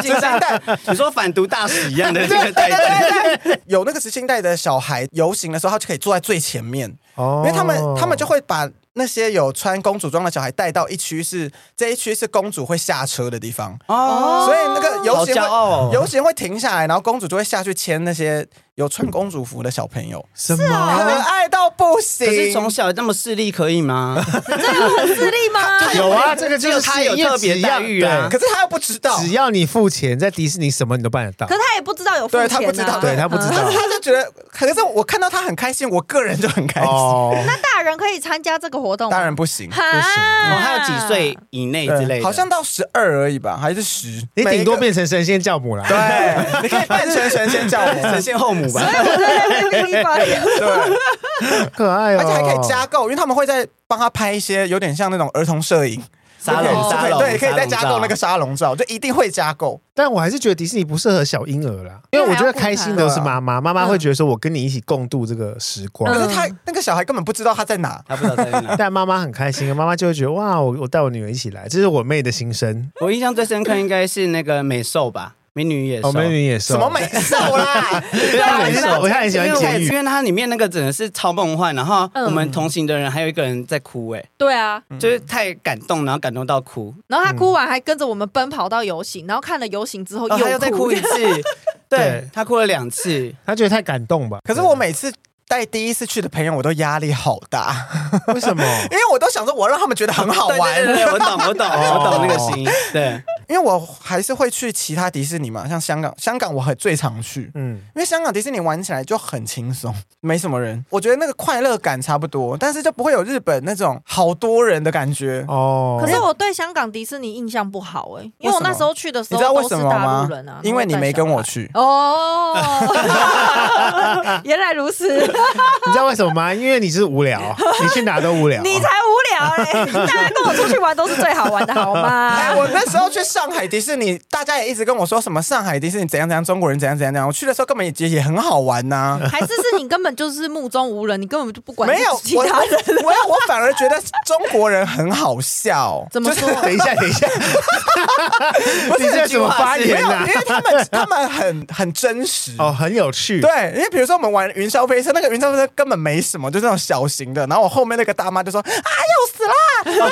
C: 执行带，
A: 你说反毒大使一样的这
C: 对
A: 个代代，
C: 对对对，有那个执行带的小孩游行的时候，他就可以坐在最前面，
B: 哦
C: 因为他们他们就会把那些有穿公主装的小孩带到一区是这一区是公主会下车的地方，
A: 哦
C: 所以那个游
A: 好
C: 行
A: 骄
C: 会、
A: 傲哦，
C: 游行会停下来，然后公主就会下去牵那些有穿公主服的小朋友，
B: 什么、
C: 可爱到不行。
A: 可是从小那么势力可以吗？
D: 真的很自立吗？
B: 有啊，这个就是
A: 他有特别待遇啊
B: 对
C: 可是他又不知道，
B: 只要你付钱，在迪士尼什么你都办得到
D: 可。是他也不知道有付钱、啊，
C: 对他不知道
B: 对他不知道
C: 但是他就觉得，可是我看到他很开心，我个人就很开心。
B: 哦，
D: 大人可以参加这个活动吗，
C: 当然不
D: <laughs>
C: 行，
D: 哈，
A: 哦，还有几岁以内之类的，
C: 好像到十二而已吧，还是十？
B: 你顶多
C: 每一个
B: 变成神仙教母啦。
C: 对，啊你可以扮成神仙教
A: <laughs>
C: 母，
A: 神仙后母吧。
D: 我在那边发现
C: 对，
B: 可
A: 哎
B: 爱哦，
C: 而且还可以加购，因为他们会在帮他拍一些有点像那种儿童摄影，
A: 沙
C: 就可以
A: 龙，
C: 就可
A: 沙
C: 以
A: 龙，
C: 对，可以再
A: 沙
C: 加
A: 龙
C: 购那个
A: 照
C: 沙龙照，就一定会加购。
B: 但我还是觉得迪士尼不适合小婴儿啦，因为我觉得开心的都是妈妈，妈妈会觉得说我跟你一起共度这个时光，
C: 可
D: 嗯
C: 是他那个小孩根本不知道他在哪，
A: 他不知道在 <laughs> 哪。
B: 但妈妈很开心，妈妈就会觉得哇，我我带我女儿一起来，这是我妹的心声。
A: <laughs> 我印象最深刻应该是那个美兽吧，美女野兽。
B: 哦，美女野兽，
C: 什么美少啦，
A: 对
B: 她
A: 啊
B: 美兽，我她很喜欢
A: 因为我
B: 监
A: 因
B: 狱。
A: 为它里面那个真的是超梦幻，然后
D: 嗯
A: 我们同行的人还有一个人在哭，哎，
D: <laughs> 对啊，
A: <laughs>
B: 嗯
A: 就是太感动，然后感动到哭，
D: 然后他哭完还跟着我们奔跑到游行，然后看了游行之
C: 哦
D: 后
A: 然后他又
D: 又
A: 再哭一
C: <laughs>
A: 次，对
B: 对
A: 他哭了两次，
B: 她觉得太感动吧？
C: 可是我每次。带第一次去的朋友，我都压力好大，
B: 为什么？
C: 因为我都想说，我要让他们觉得很好
A: <laughs> 对
C: 玩
A: 对，对，对我懂，我懂，
B: 哦
A: 我懂那个心，
B: <laughs>
A: 对，
C: 因为我还是会去其他迪士尼嘛，像香港，香港我很最常去，
B: 嗯，
C: 因为香港迪士尼玩起来就很轻松，没什么人，我觉得那个快乐感差不多，但是就不会有日本那种好多人的感觉。
B: 哦，
D: 可是我对香港迪士尼印象不好哎、因为我那时候去的时
C: 你
D: 候
C: 知道为
D: 都
C: 什
D: 是
C: 么
D: 大
C: 吗
D: 陆人啊，？
C: 因为你没跟我去。
D: 哦， <laughs> 原来如此，
B: 你知道为什么吗？因为你是无
C: <laughs>
B: 聊，你去哪都无聊。
D: 你才无聊嘞！大家跟我出去玩都是最好玩的，好
C: <laughs> 哎，
D: 吗？
C: 我那时候去上海迪士尼， <laughs> 大家也一直跟我说什么上海迪士尼怎样怎样，中国人怎样怎样怎样。我去的时候根本也也很好玩呐、
D: 还是是你根本就是目中无人，你根本就不管
C: 没有，
D: 其
C: 我
D: 他人。啊
C: 我我我反而觉得中国人很好笑，
D: <laughs> 怎么
C: <laughs>
D: 说？
B: 等一下，等一下，你这什么发
C: 没
B: 言
C: 有，
B: 呐
C: 因？为他们他们很很真实
B: 哦，很有趣。
C: 对，因为比如说我们玩云霄飞车，那个云霄飞车根本没什么，就是那种小型的。然后我后面那个大妈就说：“啊，要死啦！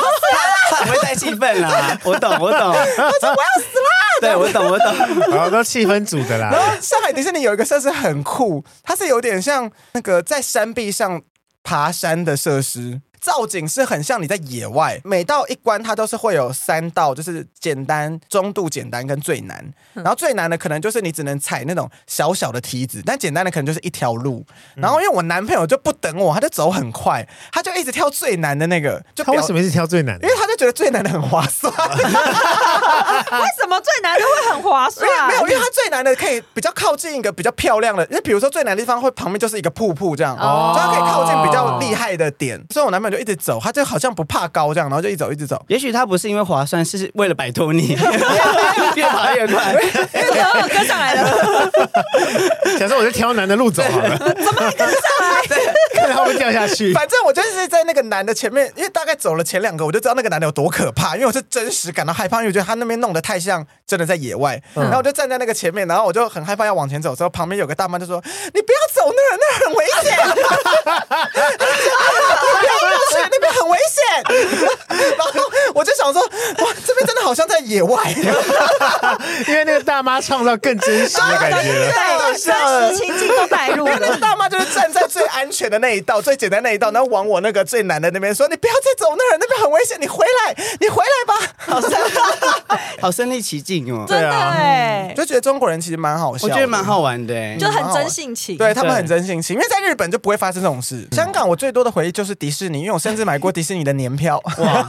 A: 他很会带气氛啦，我懂，我懂，
C: 我要死啦
A: 对我懂，我懂，
B: 好，哦都气氛组的！”
C: 然
B: 啦。
C: 后上海迪士尼有一个设施很酷，它是有点像那个在山壁上爬山的设施，造景是很像你在野外，每到一关它都是会有三道，就是简单、中度简单跟最难。
B: 嗯
C: 然后最难的可能就是你只能踩那种小小的梯子，但简单的可能就是一条路。
B: 嗯
C: 然后因为我男朋友就不等我，他就走很快，他就一直跳最难的那个，就
B: 他为什
C: 么？
B: 么一直挑最难的
C: 因为？他就觉得最难的很划算，
D: 为什么最难的会很划
C: 因为
D: 算？
C: 没有，因为他最难的可以比较靠近一个比较漂亮的，因为比如说最难的地方会旁边就是一个瀑布这样，
D: 哦
C: 所以他可以靠近比较厉害的点。所以我男朋友就一直走，他就好像不怕高这样，然后就一直走一直走。
A: 也许他不是因为划算，是为了摆脱你，
C: <laughs>
A: <laughs> 越爬越快。
D: <laughs> 为跟上来了，
B: 假设我就挑难的路走好了，怎么 <laughs> 看他会不会掉下去？
C: <laughs> 反正我就是在那个男的前面，因为大概走了前两个，我就知道那个男的有多可怕，因为我是真实感到害怕，因为我觉得他那边弄得太像真的在野外。然后我就站在那个前面，然后我就很害怕要往前走，之后旁边有个大妈就说：“你不要走那儿，那儿很危险，你不要过去，那边很危险。”然后我就想说：“哇，这边真的好像在野 <laughs> 外。”
B: 因为那个大妈创造更真实的感觉了。
D: 对，真实情境都带入
C: 然后那
D: 了
C: 个。大妈就是站在最安全的那一道、最简单那一道，然后往我那个最难的那边说：“你不要再走那儿，那边很危险，你回来，你回来吧。”好像
A: 好身临其境哦，
C: 啊
D: 真的哎、
C: 就觉得中国人其实蛮好笑，
A: 我觉得蛮。好玩的欸。
D: 就很真性情。
C: 对他啊们很真性情，因为在日本就不会发生这种事。香港我最多的回忆就是迪士尼，因为我甚至买过迪士尼的年票。哇！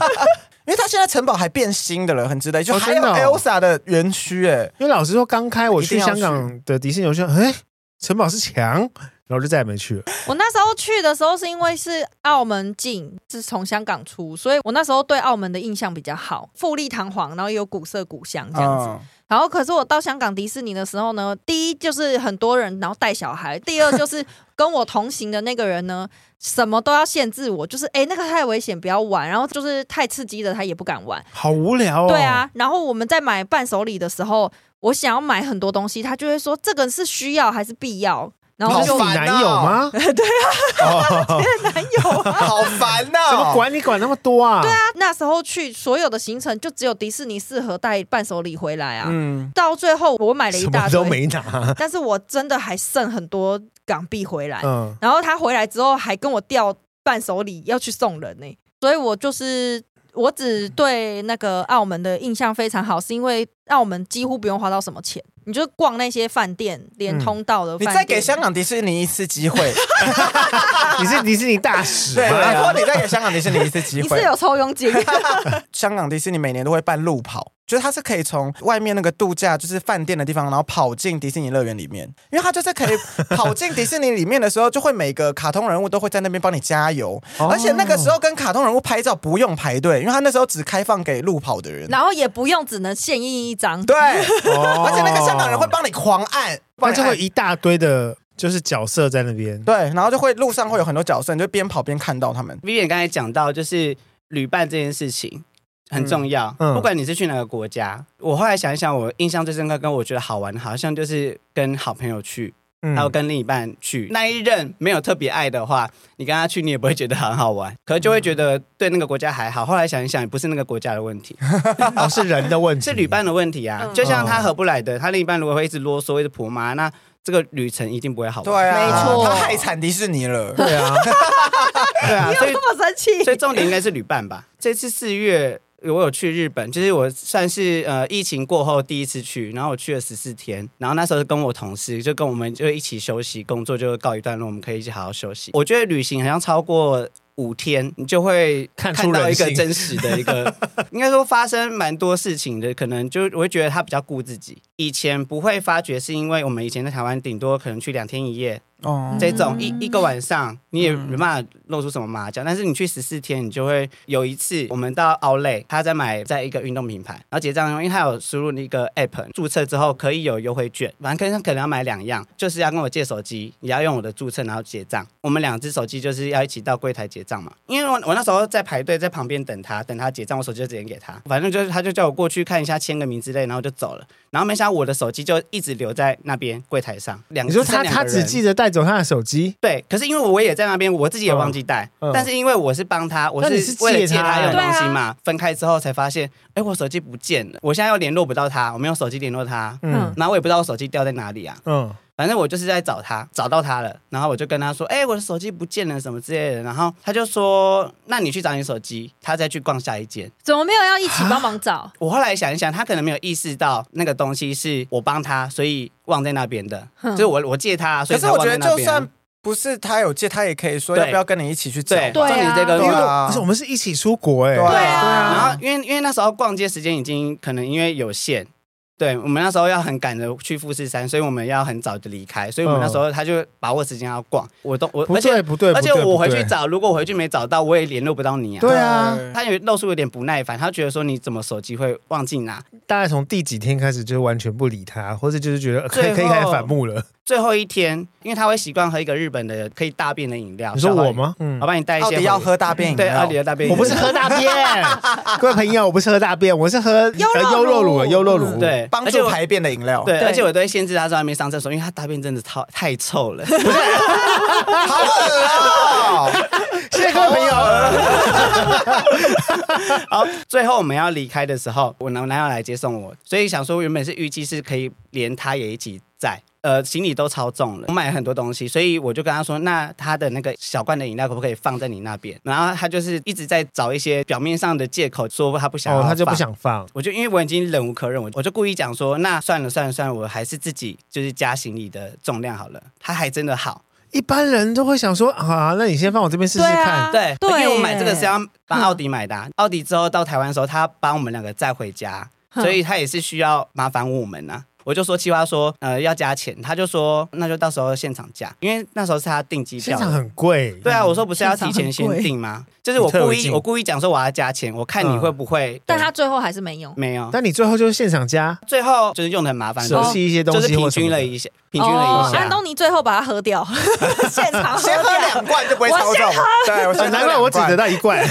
C: 因为它现在城堡还变新的了，很值得一去。
B: 哦
C: 还有
B: 真的哦
C: Elsa 的园区，哎，
B: 因为老实说，刚开我
C: 一定
B: 去
C: 要
B: 香港的迪士尼，我就想哎，城堡是墙，然后就再也没去了。
D: 我那时候去的时候，是因为是澳门进，是从香港出，所以我那时候对澳门的印象比较好，富丽堂皇，然后也有古色古香这样子。
C: 嗯
D: 然后，可是我到香港迪士尼的时候呢，第一就是很多人，然后带小孩；第二就是
B: <laughs>
D: 跟我同行的那个人呢，什么都要限制我，就是哎、诶那个太危险，不要玩；然后就是太刺激的，他也不敢玩。
B: 好无聊哦。
D: 对，啊，然后我们在买伴手礼的时候，我想要买很多东西，他就会说这个是需要还是必要，然后
C: 好
D: 我就
B: 你
C: 烦哦
B: 男友吗？
D: 男友 <laughs> 啊。
C: 嗯好烦呐！
B: 怎么管你管那么多啊？对啊，
D: 那时候去所有的行程就只有迪士尼适合带伴手礼回来啊。
C: 嗯，
D: 到最后我买了一
B: 什
D: 大
B: 么
D: 堆
B: 都，没拿。
D: 但是我真的还剩很多港币回来。
B: 嗯，
D: 然后他回来之后还跟我调伴手礼要去送人呢、所以我就是我只对那个澳门的印象非常好，是因为澳门几乎不用花到什么钱，你就逛那些饭店，连通道的
C: 你
D: 饭店。
C: 再给香港迪士尼一次机会，
B: 你是迪士尼大使
C: 对，啊拜
B: 吗？
C: 托你再给香港迪士尼一次机
D: <laughs> 你
C: 会
D: 是。有抽佣金？
C: 香港迪士尼每年都会办路跑，就是它是可以从外面那个度假，就是饭店的地方，然后跑进迪士尼乐园里面，因为它就是可以跑进迪士尼里面的时候，就会每个卡通人物都会在那边帮你加油，
B: 哦
C: 而且那个时候跟卡通人物拍照不用排队，因为它那时候只开放给路跑的人。
D: 然后也不用只能现印一张。
C: 对，啊
B: 哦
C: <laughs> 而且那个香港人会，帮你狂按，
B: 那
C: 帮你
B: 就
C: 按
B: 会一大堆的，就是角色在那边。
C: 对，然后就会路上会有很多角色，你就边跑边看到他们。
A: Vivian 刚才讲到，就是旅伴这件事情很重要，
B: 嗯嗯
A: 不管你是去哪个国家。我后来想一想，我印象最深刻跟我觉得好玩，好像就是跟好朋友去，
B: 嗯
A: 还有跟另一半去。那一任没有特别爱的话，你跟他去，你也不会觉得很好玩，可是就会觉得对那个国家还好。后来想一想，也不是那个国家的问题，
B: <laughs> 哦，是人的问题，
A: 是旅伴的问题啊。<laughs>
D: 嗯
A: 就像他合不来的，他另一半如果会一直啰嗦、一直婆妈，那这个旅程一定不会好玩。
C: 对啊，
D: 没错
C: 他害惨迪士尼了。
B: 对啊，
A: 对啊，所以
D: 这么生气
A: 所以重点应该是旅伴 <laughs> 吧。这次四月我有去日本，就是我算是呃疫情过后第一次去，然后我去了十四天，然后那时候跟我同事就跟我们就一起休息，工作就告一段落，我们可以一起好好休息。我觉得旅行好像超过。五天，你就会
B: 看出
A: 看到
B: 人
A: 一个
B: 性
A: 真实的一个， <laughs> 应该说发生蛮多事情的。可能就我会觉得他比较顾自己，以前不会发觉，是因为我们以前在台湾顶多可能去两天一夜，
C: 哦
A: 这种一
D: 嗯
A: 一个晚上你也
B: 嗯
A: 没办法露出什么马脚，但是你去十四天，你就会有一次我们到 Outlet，他在买在一个运动品牌，然后结账，因为他有输入那个 app 注册之后可以有优惠券，反正可能可能要买两样，就是要跟我借手机，也要用我的注册然后结账，我们两只手机就是要一起到柜台结账嘛，因为我我那时候在排队在旁边等他，等他结账，我手机就直接给他，反正就是他就叫我过去看一下签个名之类，然后就走了，然后没想到我的手机就一直留在那边柜台上，两
B: 你说他
A: 剩两个
B: 他只
A: 人
B: 记得带走他的手机，
A: 对，可是因为我也在那边，我自己也忘记带，
B: 嗯嗯
A: 但是因为我是帮他，我
B: 那你
A: 是
B: 是借
A: 为了借
B: 他
A: 他用
D: 对
A: 东
D: 啊
A: 西嘛。分开之后才发现，哎，我手机不见了，我现在又联络不到他，我没有手机联络他，
B: 嗯
A: 然后我也不知道我手机掉在哪里啊。
B: 嗯，
A: 反正我就是在找他，找到他了，然后我就跟他说：“哎、我的手机不见了，什么之类的。”然后他就说：“那你去找你手机，他再去逛下一间。”
D: 怎么没有要一起帮忙找？
A: 我后来想一想，他可能没有意识到那个东西是我帮他，所以忘在那边的，
D: 哼
A: 就是我我借他，所
C: 可
A: 以
C: 是
A: 才
C: 我
A: 忘
C: 觉
A: 在
C: 得，
A: 那
C: 就
A: 边啊。
C: 算不是他有借，他也可以说
A: 对
C: 要不要跟你一起去找
A: 对，
C: 吧。
D: 对
A: 重点
D: 啊
A: 这个
C: 对
A: 问题
C: 啊
B: 而且我们是一起出国哎、
D: 对啊
A: 然后因为因为那时候逛街时间已经可能因为有限，对我们那时候要很赶着去富士山，所以我们要很早就离开，所以我们那时候他就把握时间要逛。我都我
B: 不
A: 而且
B: 对不对，
A: 而且
B: 不对
A: 我回去，
B: 不对
A: 找，如果我回去没找到，我也联络不到你啊。
B: 对啊
A: 他有露出有点不耐烦，他觉得说你怎么手机会忘记拿？
B: 大概从第几天开始就完全不理他，或者就是觉得呃可以可
A: 最
B: 以
A: 后
B: 开始反目了。
A: 最后一天，因为他会习惯喝一个日本的可以大便的饮料。
B: 你说
A: 小老
B: 我
A: 饮？
B: 吗？嗯
A: 我，帮你带一
C: 到
A: 些回
C: 底
A: 来。
C: 要喝大便饮料？
A: 对，阿里的大便饮
B: 我
A: 料。
B: 不是喝大便， <laughs> 各位朋友，我不是喝大便，我是喝呃
D: 优酪
B: 优
D: 乳
B: 酪乳，优酪乳。哦
C: 嗯
A: 对
C: 帮
A: 而且
C: 助
A: 我
C: 排便的饮料。
A: 对，
D: 对
A: 而且我都会限制他在外面上厕所，因为他大便真的超太臭
B: <laughs>
A: 了。
C: 好
B: 啊
C: 恶哦！
B: 谢谢各位朋友。
A: <laughs> 好，最后我们要离开的时候，我男男友来接送我，所以想说原本是预计是可以连他也一起载，呃，行李都超重了，我买了很多东西，所以我就跟他说，那他的那个小罐的饮料可不可以放在你那边？然后他就是一直在找一些表面上的借口，说他不想要
B: 哦，
A: 放，
B: 他就不。想放，
A: 我就因为我已经忍无可忍，我我就故意讲说，那算了算了算了，我还是自己就是加行李的重量好了。他还真的好，
B: 一般人都会想说啊，那你先放我这边试试
D: 对
B: 看
D: 啊。
A: 对，
D: 对
A: 因为我买这个是要帮
D: 耶
A: 奥迪买的啊、奥迪之后到台湾的时候，他帮我们两个载回家，
D: 哼
A: 所以他也是需要麻烦我们啊。我就说计划说，呃，要加钱，他就说那就到时候现场加，因为那时候是他订机
B: 现
A: 票
B: 场
A: 的。
B: 很贵，
A: 对啊，我说不是要
D: 现场
A: 提前
D: 很
A: 先
D: 贵
A: 订
D: <laughs>
A: 吗？就是我
B: 你退
A: 故
B: 回
A: 意
B: 敬
A: 我故意讲说我要加钱，我看你
B: 嗯
A: 会不会。
D: 但他
A: 对
D: 最后还是没有。
A: 没有，
B: 但你最后就是现场加，
A: 最后就是用的很麻烦，
B: 舍弃一些东
A: 哦就是
B: 西
A: 平
B: 或什么
A: 均了
B: 的，
A: 一下，平均了一
D: 安
A: 下。
D: 哦东尼最后把它喝掉，现场喝
C: 先喝
D: 掉。
C: 两罐就不会超重。对，啊我先
B: <laughs> 哦
C: 喝
B: 难怪我只
C: 两
B: 得
C: 罐
B: 到一罐。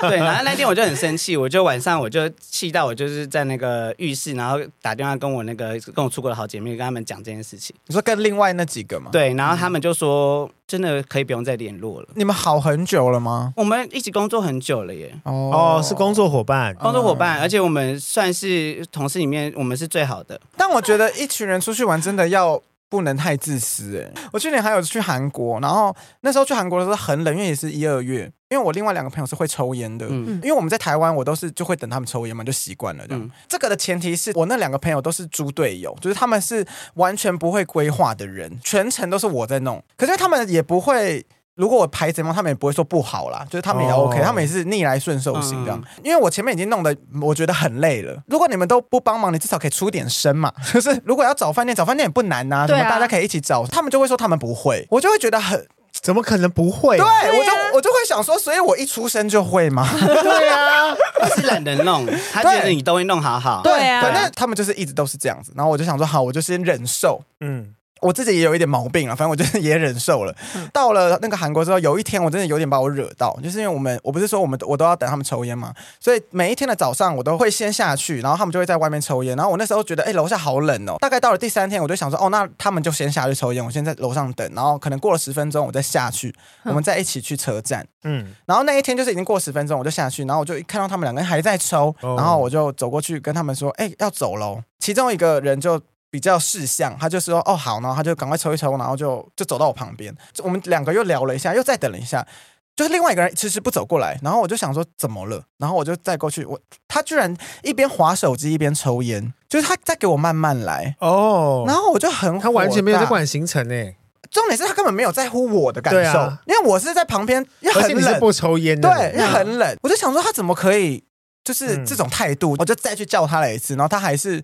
A: 对，然后那天我就很生气，我就晚上我就气到我就是在那个浴室，然后打电话跟我那个跟我出国的好姐妹跟他们讲这件事情。
C: 你说跟另外那几个吗？，
A: 对，然后他们就说真的可以不用再联络了。
C: 你们好很久了吗？
A: 我们一起工作很久了耶，
C: 哦
B: 哦，是工。作伙伴，
A: 工作伙伴，
B: 哦
A: 而且我们算是同事里面我们是最好的。
C: 但我觉得一群人出去玩真的要不能太自私、欸。我去年还有去韩国，然后那时候去韩国的时候很冷，因为也是一二月。因为我另外两个朋友是会抽烟的，
A: 嗯
C: 因为我们在台湾，我都是就会等他们抽烟嘛，就习惯了这样。
A: 嗯
C: 这个的前提是我那两个朋友都是猪队友，就是他们是完全不会规划的人，全程都是我在弄。可是他们也不会，如果我排怎么样，他们也不会说不好啦，就是他们也 OK，、
B: 哦
C: 他们也是逆来顺受型这样。因为我前面已经弄得我觉得很累了，如果你们都不帮忙，你至少可以出点声嘛。 <laughs> 就是如果要找饭店，找饭店也不难呐、什
D: 对啊
C: 么大家可以一起找，他们就会说他们不会，我就会觉得很
B: 怎么可能不会？
C: 对，我就我就会想说，所以我一出生就会吗？
D: 嗯
B: 对啊，
A: 他是懒得弄，他
C: 对
A: 觉得你都会弄好好。
D: 对啊
C: 反正他们就是一直都是这样子。然后我就想说，好，我就先忍受。
B: 嗯，
C: 我自己也有一点毛病了，啊反正我就是也忍受了。
D: 嗯
C: 到了那个韩国之后，有一天我真的有点把我惹到，就是因为我们我不是说我们我都要等他们抽烟嘛，所以每一天的早上我都会先下去，然后他们就会在外面抽烟。然后我那时候觉得，哎、楼下好冷哦。大概到了第三天，我就想说，哦，那他们就先下去抽烟，我先在楼上等。然后可能过了十分钟，我再下去，我
D: 嗯
C: 们再一起去车站。
B: 嗯，
C: 然后那一天就是已经过十分钟，我就下去，然后我就一看到他们两个人还在抽，
B: 哦
C: 然后我就走过去跟他们说：“哎、要走喽。”其中一个人就比较识相，他就说：“哦，好。”然后他就赶快抽一抽，然后就就走到我旁边。我们两个又聊了一下，又再等了一下，就是另外一个人迟迟不走过来，然后我就想说怎么了，然后我就再过去，我他居然一边划手机一边抽烟，就是他在给我慢慢来。
B: 哦，
C: 然后我就很
B: 他完全没有在
C: 火大
B: 管行程欸呢，
C: 重点是他根本没有在乎我的感
B: 对
C: 受，
B: 啊
C: 因为我是在旁边，因为
B: 而且
C: 很
B: 你是
C: 冷，
B: 不抽烟的，
C: 对，因为很冷，我就想说他怎么可以就是
B: 嗯
C: 这种态度，我就再去叫他了一次，然后他还是。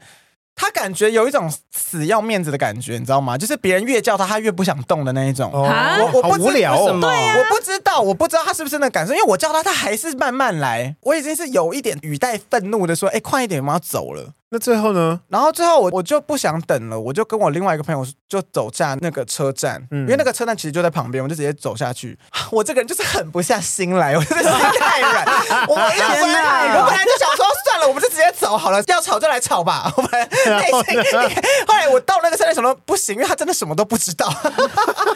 C: 他感觉有一种死要面子的感觉，你知道吗？就是别人越叫他，他越不想动的那一种。
B: 哦，
D: 啊
B: 我
C: 我
B: 好
C: 不知
B: 无聊
A: 为什
B: 哦，
A: 么？
C: 我不知道，我不知道他是不是那个感受，因为我叫他，他还是慢慢来。我已经是有一点语带愤怒的说：“哎、快一点，我们要走了。
B: 那最后呢？”
C: 然后最后我我就不想等了，我就跟我另外一个朋友就走下那个车站，
B: 嗯
C: 因为那个车站其实就在旁边，我就直接走下去。 <laughs> 我这个人就是狠不下心来，我真的心太 <laughs> 软，我我一哎
A: 天哪
C: 我本来就想说哦算了，我们就直接走好了，要吵就来吵吧。 <laughs> 我本来内心，后来我到那个车站想说不行，因为他真的什么都不知 <laughs> 道，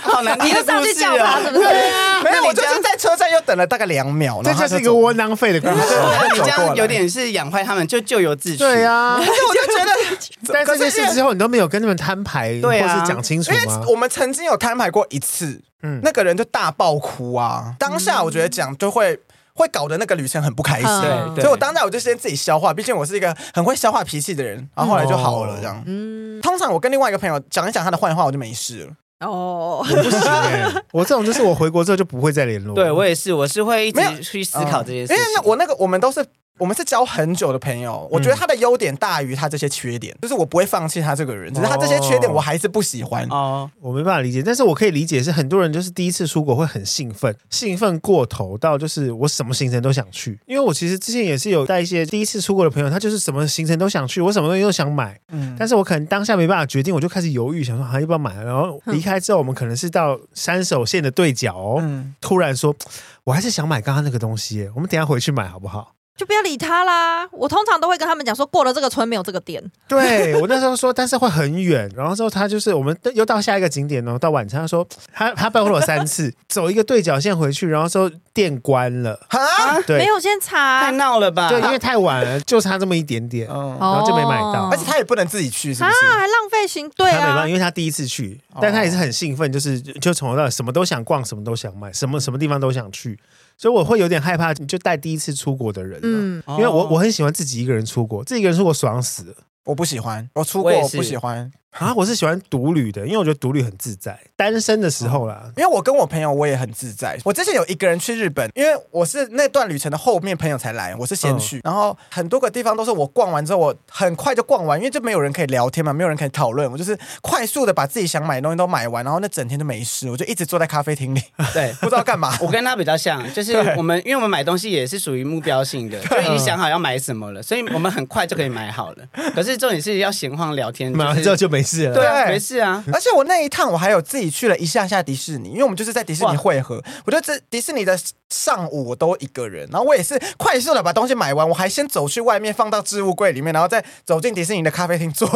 A: 好难
D: 你
A: 听的
D: 就上
A: 故
D: 去
A: 事
D: 叫他，是
A: 哦。
D: 不是？
C: 没有，
A: 那
C: 我
A: 你这
C: 就
A: 样
C: 是在车站又等了大概两秒，
B: 这
C: 哦然后
B: 就
C: 他
B: 是一个
C: 走
B: 窝囊废的故事。
C: 对
A: 那你这
C: 走过
A: 样
C: 来
A: 有点是养坏他们，就咎由自取。
B: 对呀、啊，
C: <laughs> 但是我就觉得情。
B: 但
C: 可
B: 这
C: 是
B: 件事之后，你都没有跟他们摊牌，
A: 对啊
B: 或是讲清楚
C: 因为
B: 吗？
C: 我们曾经有摊牌过一次，
B: 嗯，
C: 那个人就大爆哭啊！当下我觉得讲就会。会搞得那个旅程很不开心，
A: 对
D: 嗯
A: 对
C: 所以我当下我就先自己消化，毕竟我是一个很会消化脾气的人，然后后来就好了这样。
A: 哦
D: 嗯，
C: 通常我跟另外一个朋友讲一讲他的坏话，我就没事了。
D: 哦，
B: 我不行欸我这种就是我回国之后就不会再联络。
A: 对我也是，我是会一
C: 没有
A: 直去思
B: 哦
A: 考这些事
C: 嗯
B: 哎
C: 因为那
A: 情。
C: 我那个我们都是我们是交很久的朋友，我觉得他的优点大于他这些缺点，就是我不会放弃他这个人，只是他这些缺点我还是不喜欢。
A: 哦，
B: 我没办法理解，但是我可以理解是很多人就是第一次出国会很兴奋，兴奋过头到就是我什么行程都想去。因为我其实之前也是有带一些第一次出国的朋友，他就是什么行程都想去，我什么东西都想买，
C: 嗯，
B: 但是我可能当下没办法决定，我就开始犹豫，想说还要不要买。然后离开之后，我们可能是到山手线的对角哦，
C: 嗯，
B: 突然说我还是想买刚刚那个东西耶，我们等一下回去买好不好？
D: 就不要理他啦。我通常都会跟他们讲说，过了这个村没有这个店。
B: 对我那时候说，但是会很远。然后之后他就是我们又到下一个景点哦，到晚餐他说他他拜托了我三次，走一个对角线回去，然后之后店关了，
C: 哈，
D: 没
B: 对
D: 有先
A: 太
D: 查，
A: 闹了吧？
B: 对，因为太晚了，就差这么一点点，
C: 嗯，
B: 然后就没买到
D: 哦
C: 而且他也不能自己去，是不
D: 啊，
C: 是？
D: 还浪费行对
B: 他没办
D: 啊
B: 法，因，为他第一次去，但他也是很兴奋，就是就从头到尾什么都想逛，什么都想买，什么什么地方都想去，所以我会有点害怕，就带第一次出国的人、嗯，
D: 嗯，
A: 哦
B: 因为我我很喜欢自己一个人出国，自己一个人出国爽死了。
C: 我不喜欢，我出
A: 我
C: 过
A: 也
C: 我
A: 是
C: 不喜欢，
B: 啊，我是喜欢独旅的，因为我觉得独旅很自在。单身的时候啦，
C: 因为我跟我朋友我也很自在。我之前有一个人去日本，因为我是那段旅程的后面朋友才来，我是
A: 嗯
C: 先去，然后很多个地方都是我逛完之后，我很快就逛完，因为就没有人可以聊天嘛，没有人可以讨论，我就是快速的把自己想买的东西都买完，然后那整天就没事，我就一直坐在咖啡厅里， <laughs>
A: 对。
C: 不知道干嘛。
A: <laughs> 我跟他比较像，就是
C: 对
A: 我们，因为我们买东西也是属于目标性的，就已经想好要买什么了，所以我们很快就可以买好
B: <laughs>
A: 了。可是重点是要闲晃聊天，
B: 买完之
A: 就
B: 后
A: 是
B: 就没事了。
A: 对啊，
C: 对
A: 没事啊，
C: 而且我那一趟我还有自己去了一下下迪士尼，因为我们就是在迪士尼汇合。我就这迪士尼的上午我都一个人，然后我也是快速的把东西买完，我还先走去外面放到置物柜里面，然后再走进迪士尼的咖啡厅坐着。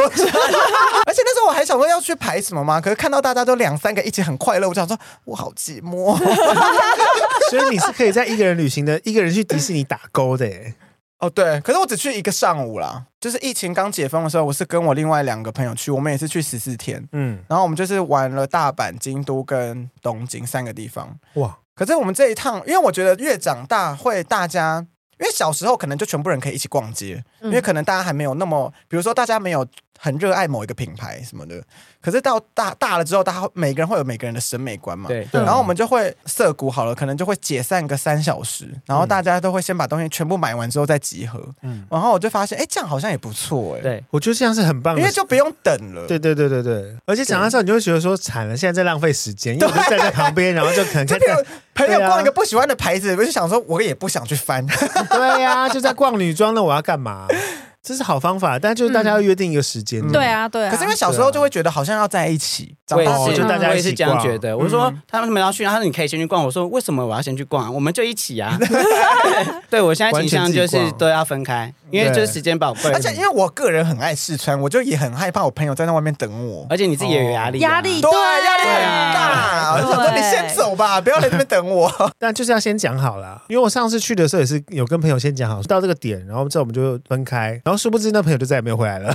C: 而且那时候我还想说要去排什么嘛，可是看到大家都两三个一起很快乐，我就想说我好寂寞。
B: 所以你是可以在一个人旅行的，一个人去迪士尼打勾的耶。
C: 哦，对，可是我只去一个上午啦，就是疫情刚解封的时候，我是跟我另外两个朋友去，我们也是去十四天。
B: 嗯，
C: 然后我们就是玩了大阪、京都跟东京三个地方，
B: 哇，
C: 可是我们这一趟，因为我觉得越长大会大家，因为小时候可能就全部人可以一起逛街，
D: 嗯
C: 因为可能大家还没有那么，比如说大家没有很热爱某一个品牌什么的。可是到大大了之后，大家每个人会有每个人的审美观嘛。。
A: 对，
B: 对
C: 然后我们就会涩谷好了，可能就会解散个三小时，然
A: 嗯
C: 后大家都会先把东西全部买完之后再集合。
B: 嗯
C: 然后我就发现，哎，这样好像也不错哎、
A: 对，
B: 我觉得这样是很棒的。
C: 因为就不用等了。
B: 对对对对对，而且长大之后你就会觉得说惨了，现在在浪费时间，因为我就站在旁边，然后就可能
C: 就
B: 看
C: 比如
B: 看，
C: 朋友
B: 对啊
C: 逛一个不喜欢的牌子，我就想说，我也不想去翻。
B: 对呀，就在逛女装，那我要干
D: <laughs>
B: 嘛？这是好方法，但就是大家要约定一个时间。
D: 对，啊，对啊。
C: 可是因为小时候就会觉得好像要在一起，长
A: 我也
C: 大
A: 是，
B: 就
C: 就
B: 大家
A: 我
B: 一
A: 也
B: 起
A: 是这样
B: 逛嗯
A: 觉得。我说他们要去，他说你可以先去逛。我说为什么我要先去逛啊？我们就一起
B: <laughs>
A: 啊。对，我现在倾向就
B: 完全自己
A: 是
B: 逛
A: 都要分开，因为就是时间宝贵。
C: 而
B: 哎
C: 且因为我个人很爱试穿，我就也很害怕我朋友在那外面等我。
B: 哎
A: 而且你自己也有压力啊，
D: 压力
C: 对，
D: 对
C: 压力很大。我
D: 对
C: 想说你先走吧，不要来这边等我。 <laughs>
B: 但就是要先讲好啦，因为我上次去的时候也是有跟朋友先讲好，到这个点，然后之后我们就分开，然后殊不知那朋友就再也没有回
D: <laughs>
B: 来了。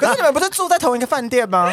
C: 可是你们不是住在同一个饭店吗？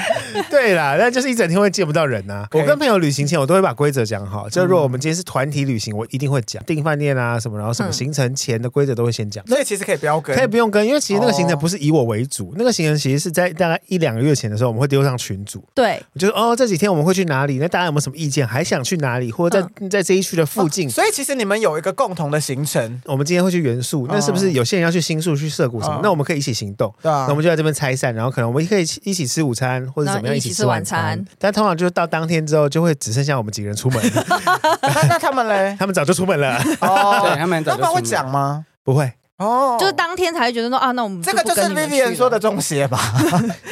B: 对啦，但就是一整天会见不到人呐、
C: OK
B: 我跟朋友旅行前，我都会把规则讲好。就如果我们今天是团体旅行，我一定会讲订饭店啊什么，然后什么
D: 嗯
B: 行程前的规则都会先讲。
C: 所以其实可以不要跟
B: 可以。不用跟，因为其实那个行程
C: 哦
B: 不是以我为主，那个行程其实是在大概一两个月前的时候，我们会丢上群组，
D: 对，
B: 就是哦这几天我们会去哪里，那大家有没有什么意见，还想去哪里，或者在、
D: 嗯
B: 在这一区的附
D: 哦
B: 近，
C: 哦所以其实你们有一个共同的行
D: <laughs>
C: 程，
B: 我们今天会去元
D: 哦
B: 素，那是不是有些人要去新宿、去涩谷什么？那
C: 嗯
B: 我们可以一起行动。
C: 对
B: 那
C: 啊
B: 我。们就在这边拆散，然后可能我们可以一起吃午餐，或者怎么
D: 然后
B: 样
D: 一起
B: 起
D: 吃晚
B: 晚餐
D: 餐。
B: 但通常就是到当天之后，就会只剩下我们几个人出
D: <laughs>
B: 门，
C: 那那他们嘞？
B: 他们早就出门了， <laughs>
A: 对
C: 哦，
A: 他们早
C: 那
A: 就
C: 他们
A: 出
C: 会
A: 门
C: 讲吗？
B: 不会。
C: 哦，
D: 就是当天才会觉得说啊，那我们
C: 这个
D: 不
C: 就是
D: 跟你们去啊
C: Vivian
D: 了
C: 说的中邪吧？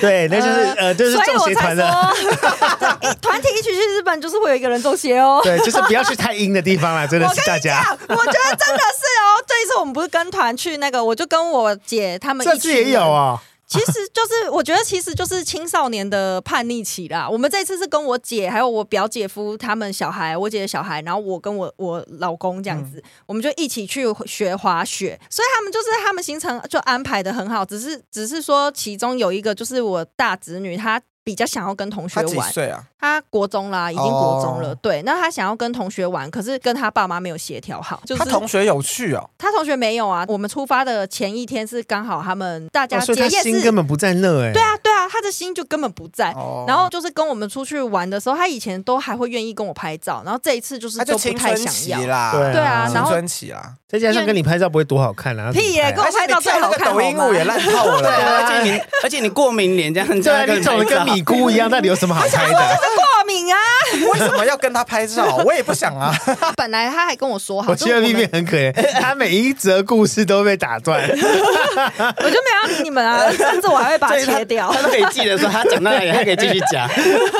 B: 对，那就是
D: 呃
B: 呃，就是
D: 所以
B: 中
D: 我
B: 邪
D: 才
B: 团的，
D: 说，团体一起去日本，就是会有一个人中邪
B: <laughs>
D: 哦。
B: <laughs> 对，就是不要去太阴的地
D: <laughs>
B: 方啦，真的
D: 我
B: 是大
D: 跟你
B: 家
D: 讲，。我觉得真的是哦。这一次我们不是跟团去那个，我就跟我姐他们
B: 这
D: 一
B: 次
D: 起
B: 也有，啊，
D: 其实就是，我觉得其实就是青少年的叛逆期啦。我们这次是跟我姐还有我表姐夫他们小孩，我姐的小孩，然后我跟我我老公这样子，我们就一起去学滑雪。所以他们就是他们行程就安排的很好，只是只是说其中有一个就是我大侄女，她比较想要跟同学
C: 他几
D: 玩，
C: 岁啊？
D: 她国中啦，已经国中了。
C: 哦
D: 对，那她想要跟同学玩，可是跟她爸妈没有协调好，就是
C: 他同学有去哦，
D: 他同学没有啊。我们出发的前一天是刚好他们大家
B: 哦所
D: 结
B: 以他
D: 业
B: 心
D: 是，
B: 根本不在那哎。
D: 对啊对啊，他的心就根本不在。
C: 哦
D: 哎然后就是跟我们出去玩的时候，他以前都还会愿意跟我拍照，然后这一次就是
C: 他啊就
D: 都
C: 青
D: 不太
C: 春
D: 想
C: 期
D: 要。 <laughs>
C: 啦，
B: 对
D: 对啊，然
C: 青
D: 后
C: 春期啦，
B: 再加上跟你拍照不会多好看啊。
D: 屁耶
B: 怎么
D: 跟
B: 拍啊
C: 而且
D: 我拍
C: 你
D: 照最
C: 跳那
D: 好
C: 个
D: 看
C: 抖音
D: 好吗
C: 舞也烂透了，
A: 对啊，而且你而且你过敏脸这样，
B: 对啊，
A: 这样
B: 你长得跟
A: <laughs>
B: 米姑一样，到底有什么好拍的？
D: 过敏啊！
C: <laughs> 为什么要跟他拍
D: <laughs>
C: 照？我也不想啊。
D: 本来他还跟我说好，
B: 我
D: 就
B: 觉得
D: 我们
B: B B 很可怜，他每一则故事都被打断。
D: 我就没有要理你们
C: <laughs>
D: 啊，甚至我还会把它
A: 所以他
D: 切掉。
A: 他都可以记得说他讲到哪里，他可以继续讲。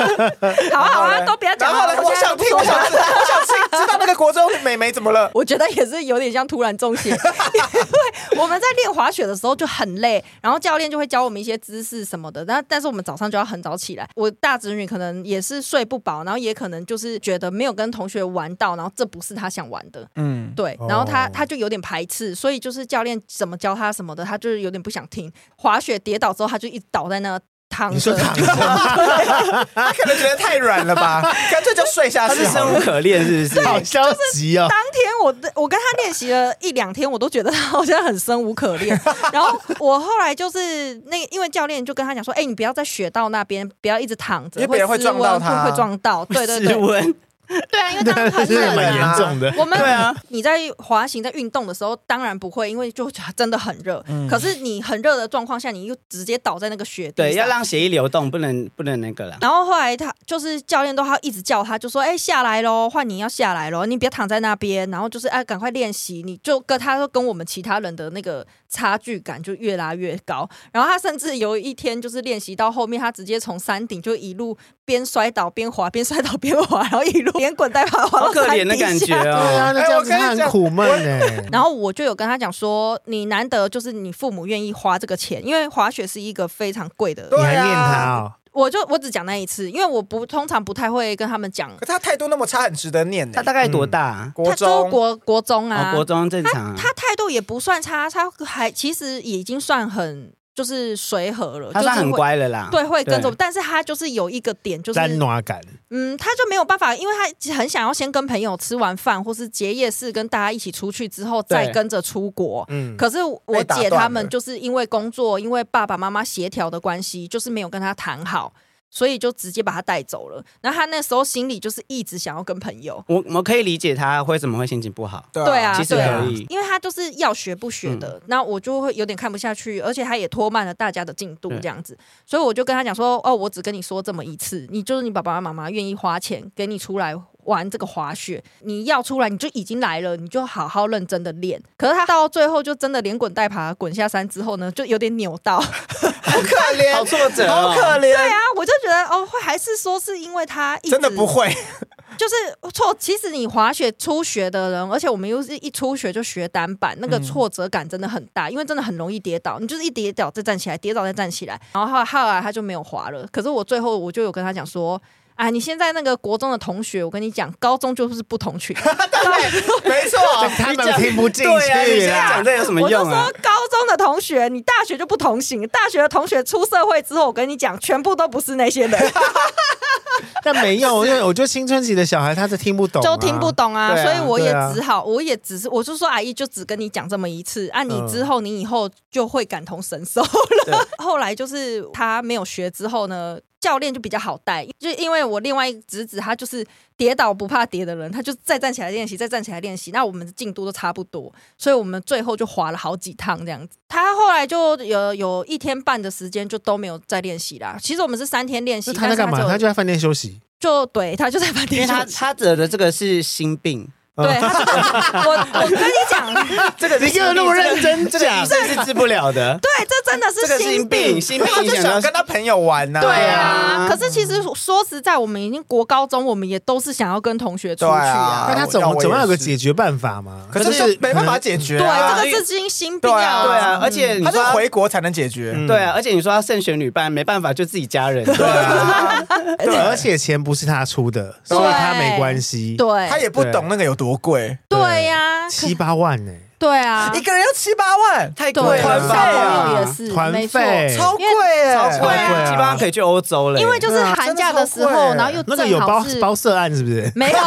D: 好啊好
C: 然后
D: 啊，
C: 嘞
D: 都不要讲
C: 然
D: 了。
C: 后呢，我
D: 现在
C: 想
D: 都不
C: 听，
D: 说
C: 我想
D: 了
C: 知，我想听，知道那个国中美眉怎么了？
D: 我觉得也是有点像突然中邪，因 <laughs> 为我们在练滑雪的时候就很累，然后教练就会教我们一些姿势什么的，但但是我们早上就要很早起来。我大侄女可能也是睡不饱，然后也可能就是觉得没有跟同学玩到，然后这不是她想玩的，
C: 嗯，
D: 对，然后她
B: 哦
D: 她就有点排斥，所以就是教练怎么教她什么的，她就是有点不想听。滑雪跌倒之后，她就一直倒在那躺
B: 你说
D: 着。
B: 躺着，
C: 她可能觉得太软了
D: <laughs>
C: 吧，干脆就睡下
A: 他
C: 去
A: 是
C: 好
A: 生无
C: 了。
A: 可恋，是不是？
B: 好消极哦。
D: 当天我的我跟他练习了一两天，我都觉得他好像很生无可
C: <laughs>
D: 恋。然后我后来就是那个，因为教练就跟他讲说：“哎、你不要在雪道那边，不要一直躺着，
C: 因为别人会
D: 会
C: 撞到
D: 失
C: 他
D: 温会会撞到。”
A: <laughs>
D: 对对
A: 斯
D: 对，
A: 文
D: 对啊，因为当时很
B: 这个
D: 冷
C: <laughs>
B: 蛮
D: 啊。
B: 严重的。
D: 我们
A: 对啊，
D: 你在滑行在运动的时候，当然不会，因为就真的很热。
C: 嗯
D: 可是你很热的状况下，你又直接倒在那个雪地
A: 对，
D: 上
A: 要让血液流动，不能不能那个啦。
D: 然后后来他就是教练都还一直叫他，就说：“哎、下来喽，换你要下来喽，你别躺在那边。”然后就是哎，赶快练习，你就跟他说跟我们其他人的那个差距感就越拉越高。然后他甚至有一天就是练习到后面，他直接从山顶就一路边摔倒边滑，边摔倒边滑，然后一路连滚带爬滑
A: 好
D: <laughs> 到
A: 可
D: 山
A: 怜的感
D: 底
A: 觉
D: 下。 <laughs>
B: 对啊，
A: 哦。
B: 那这样子他很苦闷哎。
D: 然后我就有跟他讲说，你难得就是你父母愿意花这个钱，因为滑雪是一个非常贵的
B: 你
C: 对
B: 还
C: 啊
B: 念他哦？
D: 我就我只讲那一次，因为我不通常不太会跟他们讲
C: 可。是她态度那么差，很值得念呢
A: 他。大概多大啊？
C: 国
D: 他就
C: 中
D: 国国中啊，
A: 哦，国中正常啊。
D: 他态度也不算差，他还其实已经算很就是随和了，
A: 他算
D: 就是
A: 很
D: 会。
A: 乖了啦。
D: 对，会跟着我，
A: 对
D: 但是他就是有一个点，就是
B: 单暖感，
D: 嗯，他就没有办法，因为他很想要先跟朋友吃完饭，或是结夜市跟大家一起出去之后，再
A: 对
D: 跟着出国。
B: 嗯，
D: 可是我
C: 被打
D: 姐
C: 断
D: 他
C: 了
D: 们就是因为工作，因为爸爸妈妈协调的关系，就是没有跟他谈好，所以就直接把他带走了。然后他那时候心里就是一直想要跟朋友，
A: 我我可以理解他为什么会心情不好。
D: 对啊，
A: 其实
D: 对啊
A: 可以
D: 因为他就是要学不学的，那我就会有点看不下去，而且他也拖慢了大家的进度
A: 对
D: 这样子，所以我就跟他讲说，哦，我只跟你说这么一次，你就是你爸爸妈妈愿意花钱给你出来。玩这个滑雪，你要出来你就已经来了，你就好好认真的练。可是他到最后就真的连滚带爬滚下山之后呢，就有点扭到。 <laughs> 对
C: 好可怜，
A: 好挫折
C: 好
A: 哦
C: 可怜，
D: 啊，我就觉得哦，会还是说是因为他一直
C: 真的不
D: <laughs>
C: 会。
D: 就是错。其实你滑雪初学的人，而且我们又是一初学就学单板，那个
A: 嗯
D: 挫折感真的很大，因为真的很容易跌倒。你就是一跌倒再站起来，跌倒再站起来。然后后来后来他就没有滑了。可是我最后我就有跟他讲说。啊！你现在那个国中的同学，我跟你讲，高中就是不同
A: <laughs>
D: 群。
C: 没错，
B: 他们听不进
A: 对啊，你
B: 去
A: 现在
B: 啦
A: 讲。这有什么
D: 我就
A: 用
D: 说
A: <laughs> 啊？
D: 高中的同学，你大学就不同行。大学的同学出社会之后，我跟你讲，全部都不是那些人，
B: 但没有，因为我觉得青春期的小孩他是听不懂，
D: 就听不。懂啊。
A: 对啊
D: 所以我也
B: 对啊
D: 只好，我也只是，我就说阿姨就只跟你讲这么一次，啊，你
B: 嗯
D: 之后你以后就会感同身受。
A: 对，
D: <laughs> 后来就是他没有学之后呢，教练就比较好带，就因为我另外一个侄子他就是跌倒不怕跌的人，他就再站起来练习，再站起来练习。那我们的进度都差不多，所以我们最后就滑了好几趟这样子。他后来就有有一天半的时间就都没有再练习啦。其实我们是三天练习，
B: 那他在干
D: 但是
B: 嘛？
D: 他
B: 他
D: 就
B: 就在饭店休息。
D: 就对他就在饭
B: <laughs>
A: 因为
D: 店
A: 他
D: 休息。
A: 他得的这个是心病，
D: 对，他就我我跟你讲，对，
A: 这个
B: 你给我那么认真
A: 这个
B: 讲
A: 医生是治不了的，
D: 这真的
A: <laughs> 这
D: 是
A: 个是心病，
D: 病。
A: 心
C: 因为他
A: 病
C: 就
A: 影
C: 想
A: 响
C: 跟
A: 到。
C: 他朋友玩呐、
D: 对
A: 啊
D: 啊，可是其实说实在，我们已经国高中，我们也都是想要跟同学出去
B: 那
C: 对啊
D: 啊。
B: 他总
C: 要我也
B: 总要有个
C: 是
B: 解决办法嘛。
C: 可是
B: 就是
C: 就没办法解决、
D: 对，
C: 啊，
D: 这个是心心病
C: 对啊
A: 对啊，而且你
C: 他
A: 说
C: 就
A: 他
C: 回国才能解决。
B: 嗯
A: 对啊，而且你说要慎选女伴，没办法，就自己家人。
C: 对
D: <laughs>
C: 啊，
B: 可能，而且钱不是他出的，所以他没关系。
D: 对，
C: 他也不懂那个有多贵，
D: 对呀，
B: 七八万呢，
D: 对啊，
C: 一个人要七八万，
A: 太贵
D: 对，
A: 了吧，
C: 团费啊
D: 小朋友也是，
B: 团
D: 没错
B: 费
C: 超贵耶！
A: 超贵
D: 对
A: 啊，
D: 啊
A: 基本上可以去欧洲了。
D: 因为就是
C: 对啊
D: 寒假的时
C: 真的超
D: 候，
C: 贵
D: 然后又
B: 那个有
D: 正
B: 包
D: 好是
B: 包色案是不是？
D: 没有，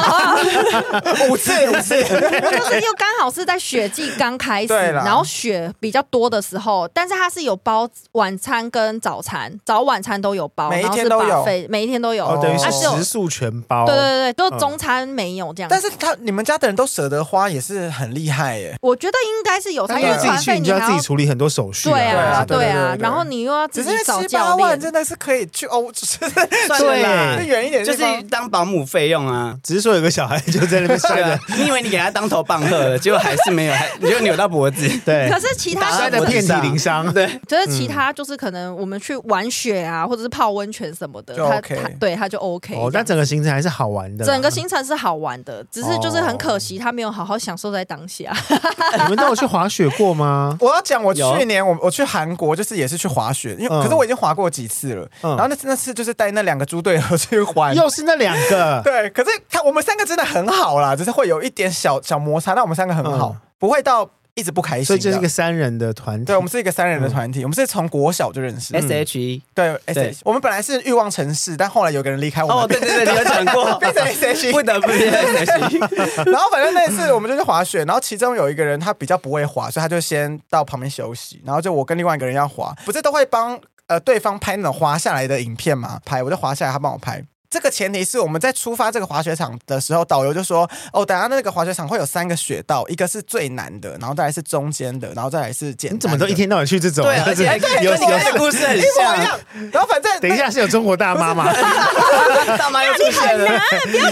C: 五
D: <laughs>
C: 次五次，
D: 就是又刚好是在雪季刚开始，
C: 对啦
D: 然后雪比较多的时候，但是它是有包晚餐跟早餐，早晚餐都有包，
C: 每一
D: 然后
C: 天
D: 是
C: 都有
D: buffet，每一天都有。
B: 哦，等于是
D: 啊哦只有
B: 食宿全包。
D: 对对对，就
B: 嗯
D: 中餐没有这样。
C: 但是他你们家的人都舍得花，也是很厉害耶。
D: 我觉得应该是有餐，
B: 因
D: 因
B: 为
D: 为
B: 自己
D: 团
B: 去，
D: 费
B: 你就
D: 还
B: 要自
D: 要
B: 己处理很多手续
D: 对啊
C: 啊对
D: 对
C: 对
D: 啊
C: 对，对
D: 然后你又要
C: 只是
D: 自己
C: 因为
D: 找
C: 七八
D: 教
C: 万
D: 练。
C: 真的是可以去欧，就是 <laughs>
A: 算了啦
B: 对
C: 远一点的
A: 就
C: 地方，
A: 是当保姆费用啊。
B: 只是说有个小孩就在那边摔
A: 对啊
B: 的，，
A: 你以为你给他当头棒喝了，结果还是没有，还你就扭到脖子。
B: 对
D: 可，是其
A: 打
D: 他
B: 摔
A: 算
B: 的
A: 我
B: 遍体鳞伤。
A: 对，
D: 可
C: 嗯
D: 是其他就是可能我们去玩雪啊，或者是泡温泉什么的，
C: 就
D: 他
C: OK？
D: 他对他就 OK 这样。
B: 哦，但整个行程还是好玩的啦。
D: 整个行程是好玩的，只是就是很可惜，他没有好好享受在当下。
B: <laughs> 你们都有去滑雪过吗
C: <laughs> 我要讲，我
A: 有
C: 去年我我去韩国，就是也是去滑雪，因为、
B: 嗯
C: 可是我已经滑过几次了。
B: 嗯
C: 然后那次那次就是带那两个猪队友去玩，
B: 又是那两个，
C: <laughs> 对，可是他我们三个真的很好啦，只是会有一点小小摩擦，但我们三个很好，
B: 嗯
C: 不会到一直不开心。
B: 所以这是一个，三人的团体。
C: 对我们是一个三人的团体，我们是从国小就认识。
A: S H E。
C: 对
A: 对
C: S，我们本来是欲望城市，但后来有个人离开我们，
A: 哦，对对对，你有讲过，
C: <laughs> 变
B: 哦
C: 成 S H E
A: 不得不变成 S H E。
C: <laughs> 然后反正那一次我们就去滑雪，然后其中有一个人他比较不会滑，所以他就先到旁边休息。然后就我跟另外一个人要滑，不是都会帮呃对方拍那种滑下来的影片嘛？拍我就滑下来，他帮我拍。这个前提是我们在出发这个滑雪场的时候，导游就说：“哦，等下那个滑雪场会有三个雪道，一个是最难的，然后再来是中间的，然后再来是简单。”
B: 你怎么都一？天到晚去这种？
A: 对，啊
B: <laughs>
A: 而且还跟
B: 啊有
A: 跟你
B: 有
A: 的故事很
C: 一模一
A: 像。
C: 样。然后反正
B: 等一下是有中国大妈嘛？
A: 大妈又出现了，
C: <laughs>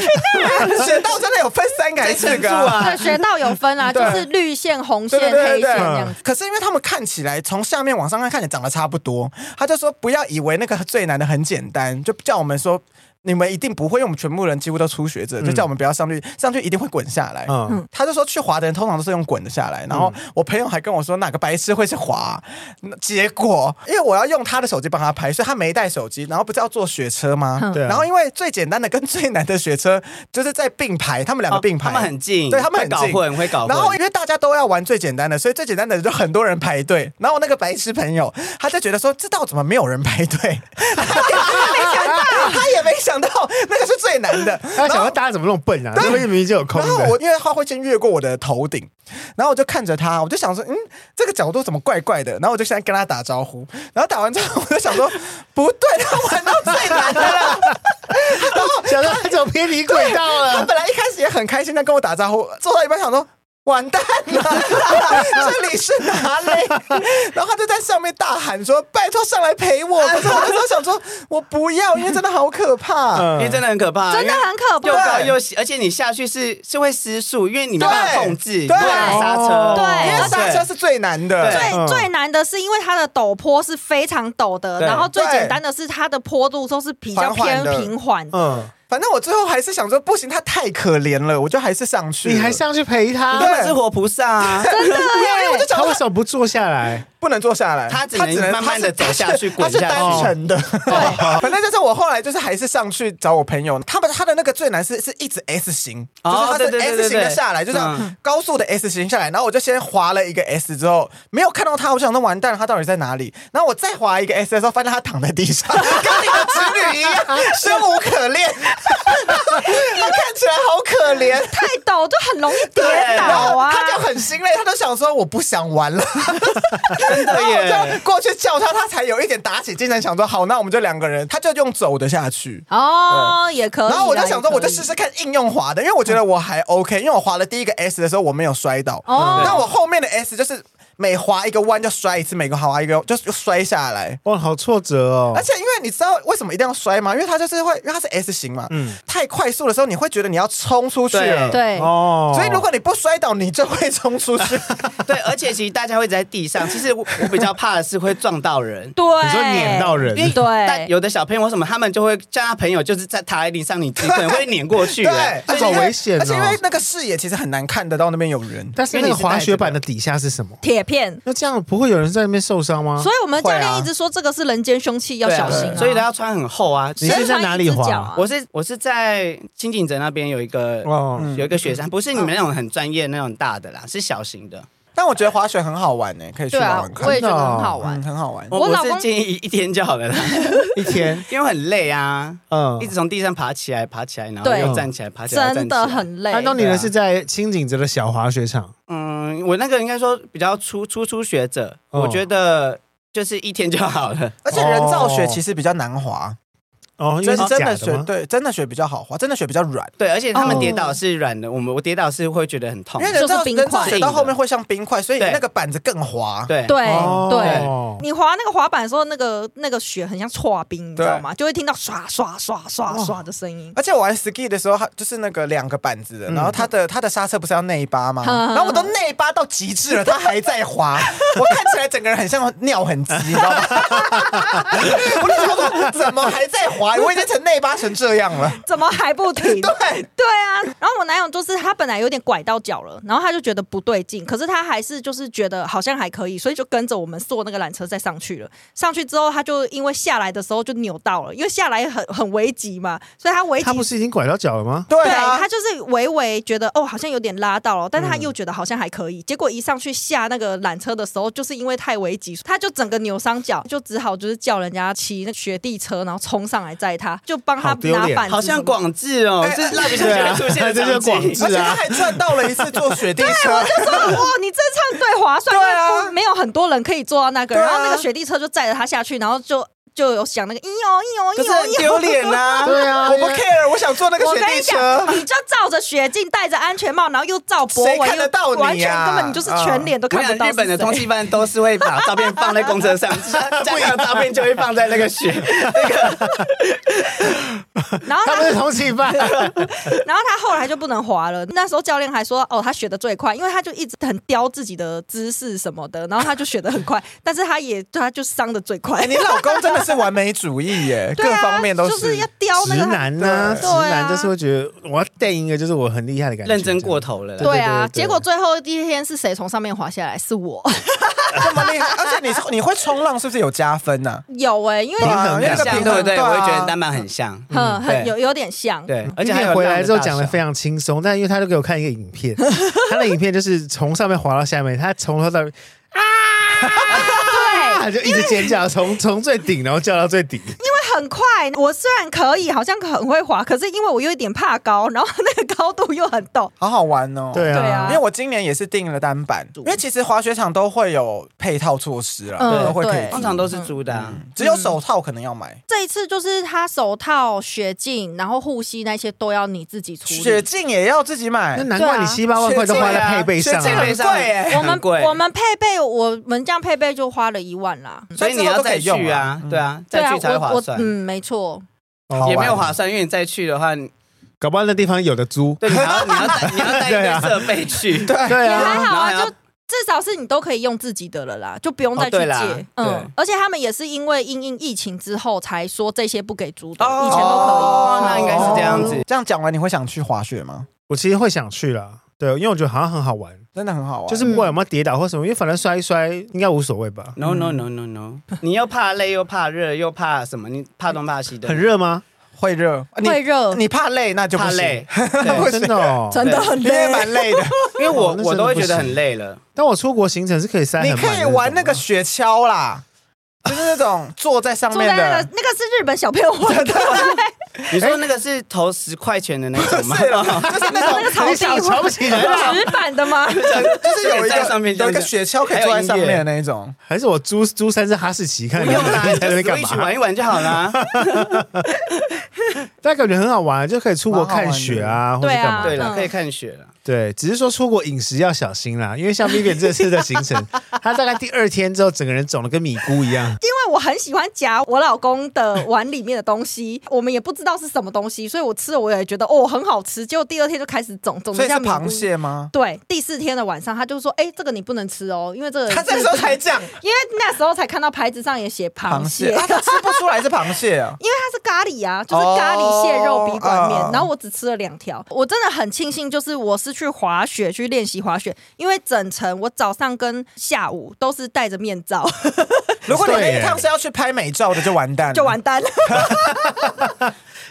C: 雪道真的有分三个还是四
A: 住
C: 个啊？
A: 啊
D: 对，！ <laughs> 学到有分啊啦，就
C: 对
D: 是绿线、红线、
C: 对对对
D: 黑线
C: 对对
D: 这样子。
C: 可是因为他们看起来从下面往上看，看起来长得差不多，他就说不要以为那个最难的很简单，就叫我们说你们一定不会，因为我们全部人几乎都初学者，
D: 嗯
C: 就叫我们不要上去，上去一定会滚下来。
B: 嗯，
C: 他就说去滑的人通常都是用滚的下来，然
D: 嗯
C: 后我朋友还跟我说哪个白痴会去滑、那结果因为我要用他的手机帮他拍，所以他没带手机，然后不是要坐雪车吗？
D: 嗯
B: 对啊。
C: 然后因为最简单的跟最难的雪车就是在并排，他们两个并排，
A: 哦
D: 哦
A: 他们很近，
C: 对他们很
A: 会搞
C: 近
A: 混，会搞混。
C: 然后因为大家都要玩最简单的，所以最简单的就很多人排队。然后我那个白痴朋友，他就觉得说，这道怎么没有人排队？他也没想到，那个是最难的。
B: 他想说大家怎么那么笨啊？那边明明就有空
C: 然后
B: 的
C: 我，因为他会先越过我的头顶，然后我就看着他，我就想说，嗯，这个角度怎么怪怪的？然后我就现在跟他打招呼，然后打完之后，我就想说，不对，他玩到最难的了。
B: 想到他走偏离轨道
C: <laughs> 他
B: 了。
C: 本来一开始也很开心，他跟我打招呼，做到一半想说。完蛋了， <laughs> 这里是哪里？ <laughs> 然后他就在上面大喊说：“拜托上来陪我！”
B: 嗯
C: 可是我那时候想说，我不要，因为真的好可怕。
B: 嗯
A: 因为真的很可怕，
C: 哎
D: 真的很
C: 哦
D: 可
A: 因为又
D: 怕。
A: 高又细，而且你下去是是会失速，因为你没办法
C: 对
A: 控制，你
C: 对
A: 没办法刹车，
D: 对
C: 因为刹车是最难的，
A: 对
B: 嗯
D: 最最难的是，因为它的陡坡是非常陡的，
A: 对
D: 然后最
C: 对
D: 简单的是它的坡度都是比较
C: 缓缓
D: 偏
C: 的
D: 平缓的。
B: 嗯，
C: 反正我最后还是想说，不行，他太可怜了，我就还是上去了。
B: 你还上去陪他
A: 他？们是活菩萨啊，
C: <laughs> 对，我就想
B: 他为
C: 说
B: 什么不坐下来？
C: 不能坐下来，
A: 他只能慢慢地
C: 他是
A: 走下去
C: 他是
A: 滚下哦去
C: 他是单程的。对， <laughs> 反正就是我后来就是还是上去找我朋友，他们他的那个最难是是一直 S 型，就
A: 哦
C: 是他
A: 对对
C: 是
A: 对
C: S 型
A: 对
C: 的
A: 对嗯
C: 下来，就这样高速的 S 型下来，然后我就先滑了一个 S 之后，没有看到他，我想说完蛋了，他到底在哪里？然后我再滑一个 S 的时候，发现他躺在地上， <laughs> 跟你的侄女一样，生无可恋， <laughs> 他看起来好可怜。
D: 太陡就很容易跌
A: 对
D: 倒啊！
C: 他就很心累，他就想说我不想玩了，
A: 真的
C: 然后我
A: 耶
C: 就。过去叫他，他才有一点打起精神，想说好，那我们就两个人，他就用走的下去。
D: 哦，也可以啦。
C: 然后我就想说，
D: 也可
C: 我
D: 以啊
C: 就试试看应用滑的，因为我觉得我还 OK，因为我滑了第一个 S 的时候我没有摔倒，
D: 哦
C: 但我后面的 S 就是每滑一个弯就摔一次，每个滑一个就就摔下来。
B: 哇，好挫折哦
C: 而！且因为你知道为什么一定要摔吗？因为它就是会，因为它是 S 型嘛，
B: 嗯，
C: 太快速的时候，你会觉得你要冲出去了。
D: 对，
B: 哦
C: 所以如果你不摔倒，你就会冲出去。
A: 对，而且其实大家会在地上，其实我我比较怕的是会撞到人。
D: 对，
B: 你说碾到人
A: 因为但
D: 对，
A: 有的小朋友为什么他们就会叫他朋友，就是在躺在地上，你自己可能会碾过去、欸。
B: 那
C: 而且
B: 种
C: 因为
B: 危险哦
C: 而且因为那个视野其实很难看得到那边有人。
B: 但是那
A: 因为
B: 个
A: 你是带
B: 滑雪板的底下是什么？
D: 铁片。
B: 那这样不会有人在那边受伤吗？
D: 所以我们教
C: 会
D: 练
C: 啊
D: 一直说这个是人间凶 <laughs> 器，要
A: 对啊
D: 小心啊。
A: 所以他要穿很厚啊。
B: 你是在哪里滑
D: 只能穿一只脚啊
A: 我是我是在清景泽那边有一个、
B: 哦，
C: 嗯
A: 有一个雪山，不是你们那种很专业那种大的啦，是小型的。
C: 但我觉得滑雪很好玩呢、欸可以去
D: 对
C: 玩
D: 啊
C: 玩，看。
D: 我也觉得很好玩
C: 嗯，。很好玩。
A: 我
D: 我老公
A: 是建议一天就好
D: <laughs>
A: 了啦，
B: 一天，
A: 因为很累啊，
B: 嗯
A: 一，直从地上爬起来，爬起来，然后
D: 对
A: 又站起来，爬起来，
D: 真的
A: 站起来。
D: 很累。
B: 按照你的是在清景泽的小滑雪场，
A: 嗯，我那个应该说比较初初初学者，
B: 哦
A: 我觉得就是一天就好了。 <laughs>
C: 而且人造雪其实比较难滑，
B: 哦，因为
C: 所以
B: 是
C: 真
B: 假
C: 雪
B: 吗？
C: 对真的雪比较好滑，真的雪比较软。
A: 对，而且
D: 哦
A: 他们跌倒是软的，我们我跌倒是会觉得很痛
C: 因。为人
D: 就是
C: 造
D: 冰
C: 人造
D: 块
C: 雪到后面会像冰块，所以
A: 对
C: 那个板子更滑。
A: 对
D: 对
B: 哦
D: 对，你滑那个滑板的时候，那个那个雪很像搓冰，你知道吗？就会听到刷刷刷刷刷的声音。
C: 而且我玩 ski 的时候，它就是那个两个板子的，
B: 嗯
C: 然后它的它的刹车不是要内八吗？
D: 嗯
C: 然后我都内八到极致了，它还在滑，我 <laughs> 看起来整个人很像尿很急，你知道吗？我就想说怎么还在滑？我已经成内八成这样了。
D: 怎么还不
C: <laughs>
D: 停？
C: 对，
D: 对啊，然后我男友就是他本来有点拐到脚了，然后他就觉得不对劲，可是他还是就是觉得好像还可以，所以就跟着我们坐那个缆车再上去了。上去之后，他就因为下来的时候就扭到了，因为下来很很危急嘛，所以他危急
B: 他不是已经拐到脚了吗？
C: 对
D: 对
C: 啊
D: 他，就是微微觉得哦，好像有点拉到了，但是他又觉得好像还可以。
C: 嗯
D: 结果一上去下那个缆车的时候，就是因为太危急，他就整个扭伤脚，就只好就是叫人家骑那雪地车，然后冲上来载他，就帮他
B: 好丢
D: 拿
B: 脸
D: 板子
A: 好
D: 什
A: 像
D: 么的。
A: 广智哦，
C: 哎
A: 是蜡笔小新会出现的场景
B: 对啊这就是广智
C: 而且他还赚到了一次坐雪地车。
D: 就说哇，你这唱对划算，
C: 对
D: 因
C: 啊
D: 为不没有很多人可以坐到那个，
C: 对啊
D: 然后那个雪地车就载着他下去，然后就就有想那个咦哦咦
C: 可是
D: 哦咦哦
C: 很
D: 咦
C: 丢脸
D: <laughs>
C: 呐！
B: 对啊
C: 我不 care，我想坐那个
D: 我
C: 雪
D: 跟
C: 地
D: 你
C: 车
D: 讲，。你就照着雪镜，戴着安全帽，然后又照脖
C: 谁
D: 围，
C: 看得到你啊
D: 又完全根本你就是全脸都
A: 我
D: 看不
A: 想
D: 到
A: 日
D: 是谁。
A: 本的通缉犯都是会把照片放在公
B: <laughs>
A: 车上，家长照片就会放在那个雪。
D: 然后
B: 他
D: 他 <laughs>
B: 们是同情犯，
D: 然后他后来就不能滑了。那时候教练还说，哦，他学的最快，因为他就一直很雕自己的姿势什么的，然后他就学的很快，但是他也他就伤的最快 <laughs>
C: 哎，。你老公真的是完美主义耶，
D: 对
C: 各
D: 啊
C: 方面都
D: 就是要雕
B: 直
D: 那个
B: 男呢？直
D: 对对啊
B: 男就是会觉得我要带一个就是我很厉害的感觉，
A: 认真过头了啦，
D: 对
B: 对
D: 啊，
B: 对对对
D: 结果最后第一天是谁从上面滑下来？是我。
C: 这么厉害，而且你你会冲浪是不是有加分呐？
D: <laughs> 有哎、因为
B: 平
C: 对啊
B: 衡
C: 因为
B: 感
C: 那个
A: 像
C: 平
A: 对
C: 衡
A: 不对？
C: 对啊嗯
A: 我也觉得单板很像，嗯
D: 很嗯很
A: 对
D: 有有点像。
A: 对，而
B: 而
A: 且还
B: 且
A: 有
B: 回来之后讲的
A: 的
B: 非常轻松，但因为他就给我看一个影片，他的影片就是从上面滑到下面，他从头到尾
D: 对，
B: 啊就一直尖叫，从从最顶然后叫到最顶，
D: 因为很快。我虽然可以，好像很会滑，可是因为我有一点怕高，然后那个高度又很陡。
C: 好好玩哦。
B: 对
D: 对
B: 啊
D: 啊
C: 因为我今年也是订了单板，因为其实滑雪场都会有配套措施啦，
D: 嗯
C: 都会可以
D: 对
C: 租
A: 通常都是租的啊。
C: 只有手套可能要买。
D: 这一次就是他手套、雪镜，然后护膝那些都要你自己处理。
C: 雪镜也要自己
B: 那
C: 买，
B: 难怪你七八万块都花在配备上
C: 雪
B: 啊
C: 镜很贵耶，
D: 我们
A: 很贵
D: 我们配备，我们这样配备就花了一万啦。
A: 所以你要再去啊，对啊，
D: 对
A: 再
D: 啊
A: 去，才会
D: 我
A: 划
D: 我
A: 算。
D: 嗯，没错，
B: 哦
A: 也没有划算，因为你再去的话，你
B: 搞不好那地方有的租，
A: 对，你还
C: <laughs>
A: 要你要带你要带一
B: 对
A: 堆
B: 啊
A: 设备去，
C: 对
B: 对
D: 也
B: 啊，
D: 还好
A: 然后还
D: 啊，
A: 要
D: 就至少是你都可以用自己的了啦，就不用再
A: 哦
D: 去
A: 对啦
D: 借。
A: 对
D: 嗯，而且他们也是因为因应疫情之后才说这些不给租的，
A: 哦
D: 以前都可以。嗯
A: 哦那应该是这样子。
C: 这样讲完，你会想去滑雪吗？
B: 我其实会想去啦，对，因为我觉得好像很好玩，
C: 真的很好玩，啊
B: 就是不管有没有跌倒或什么，因为反正摔一摔应该无所谓吧。
A: No no no no no！你又怕累又怕热又怕什么？你怕东怕西的，
B: 很热吗？
C: 会热，啊
A: 哦
C: 你
D: 会热
C: 你怕累那就不
A: 怕
C: 行 <laughs>
A: 累，，
B: 哦
A: 对
B: 真的哦。
D: <laughs> 真的很
C: 你也
D: 累，
C: 蛮累的。
A: 因为我
B: 哦那真的
A: 我都会觉得
B: 不行
A: 很累了。
B: 但我出国行程是可以塞很
C: 你
B: 满的
C: 可
B: 种啊，
C: 以玩那个雪橇啦，就是那种坐在上
D: 坐在
C: 面
D: 那
C: 的
D: 个。那个是日本
A: <laughs>
D: 小朋友玩的，
A: 你说那个是投十块钱的那种吗？
C: <laughs> 是哦了，
A: <laughs>
C: 就是那种
D: <laughs> 那个草
B: 你
D: 地
B: 小瞧不起人
D: <laughs>
B: 啊！
D: 纸板的吗？
C: 就是有一
A: 在上
C: 个
A: 面
C: 有一个雪橇可以坐在上面的那一种，
B: 还是我租租三只哈士奇看
A: <laughs> 不
B: 你
A: 用啦，
B: 们
A: 你
B: 在那边
A: 就
B: 干
A: 一起
B: 嘛
A: 玩？一玩就好
C: <laughs>
A: 啦。
B: 但感觉很好玩，就可以出国看雪啊，或者
D: 蛮好
B: 干嘛？
D: 玩的
A: 对了，
D: 嗯
A: 可以看雪了。
B: 对，只是说出国饮食要小心啦，因为像 Vivian 这次的行程，他大概第二天之后，整个人肿的跟米糊一样。
D: 因为我很喜欢夹我老公的碗里面的东西， <laughs> 我们也不知道是什么东西，所以我吃了我也觉得哦很好吃，结果第二天就开始肿，肿
C: 所以
D: 的
C: 是
D: 像蘑菇
C: 螃。蟹吗？
D: 对，第四天的晚上，他就说：“哎、这个你不能吃哦，因为这 <laughs> 个
C: 他这个时候才讲
D: 因为那时候才看到牌子上也写螃
C: 螃
D: 蟹，。
C: 蟹，啊，他吃不出来是螃蟹啊
D: <laughs> 因为它是咖喱啊，就是咖喱蟹肉笔管面，
C: 哦
D: 然后我只吃了两条，我真的很庆幸，就是我是去滑雪去练习滑雪，因为整程我早上跟下午都是戴着面
C: <laughs>
D: 罩，
C: 如果你
B: 对
C: 那
B: 耶
C: 一趟是要去拍美照的，就完蛋了，
D: 就完蛋了。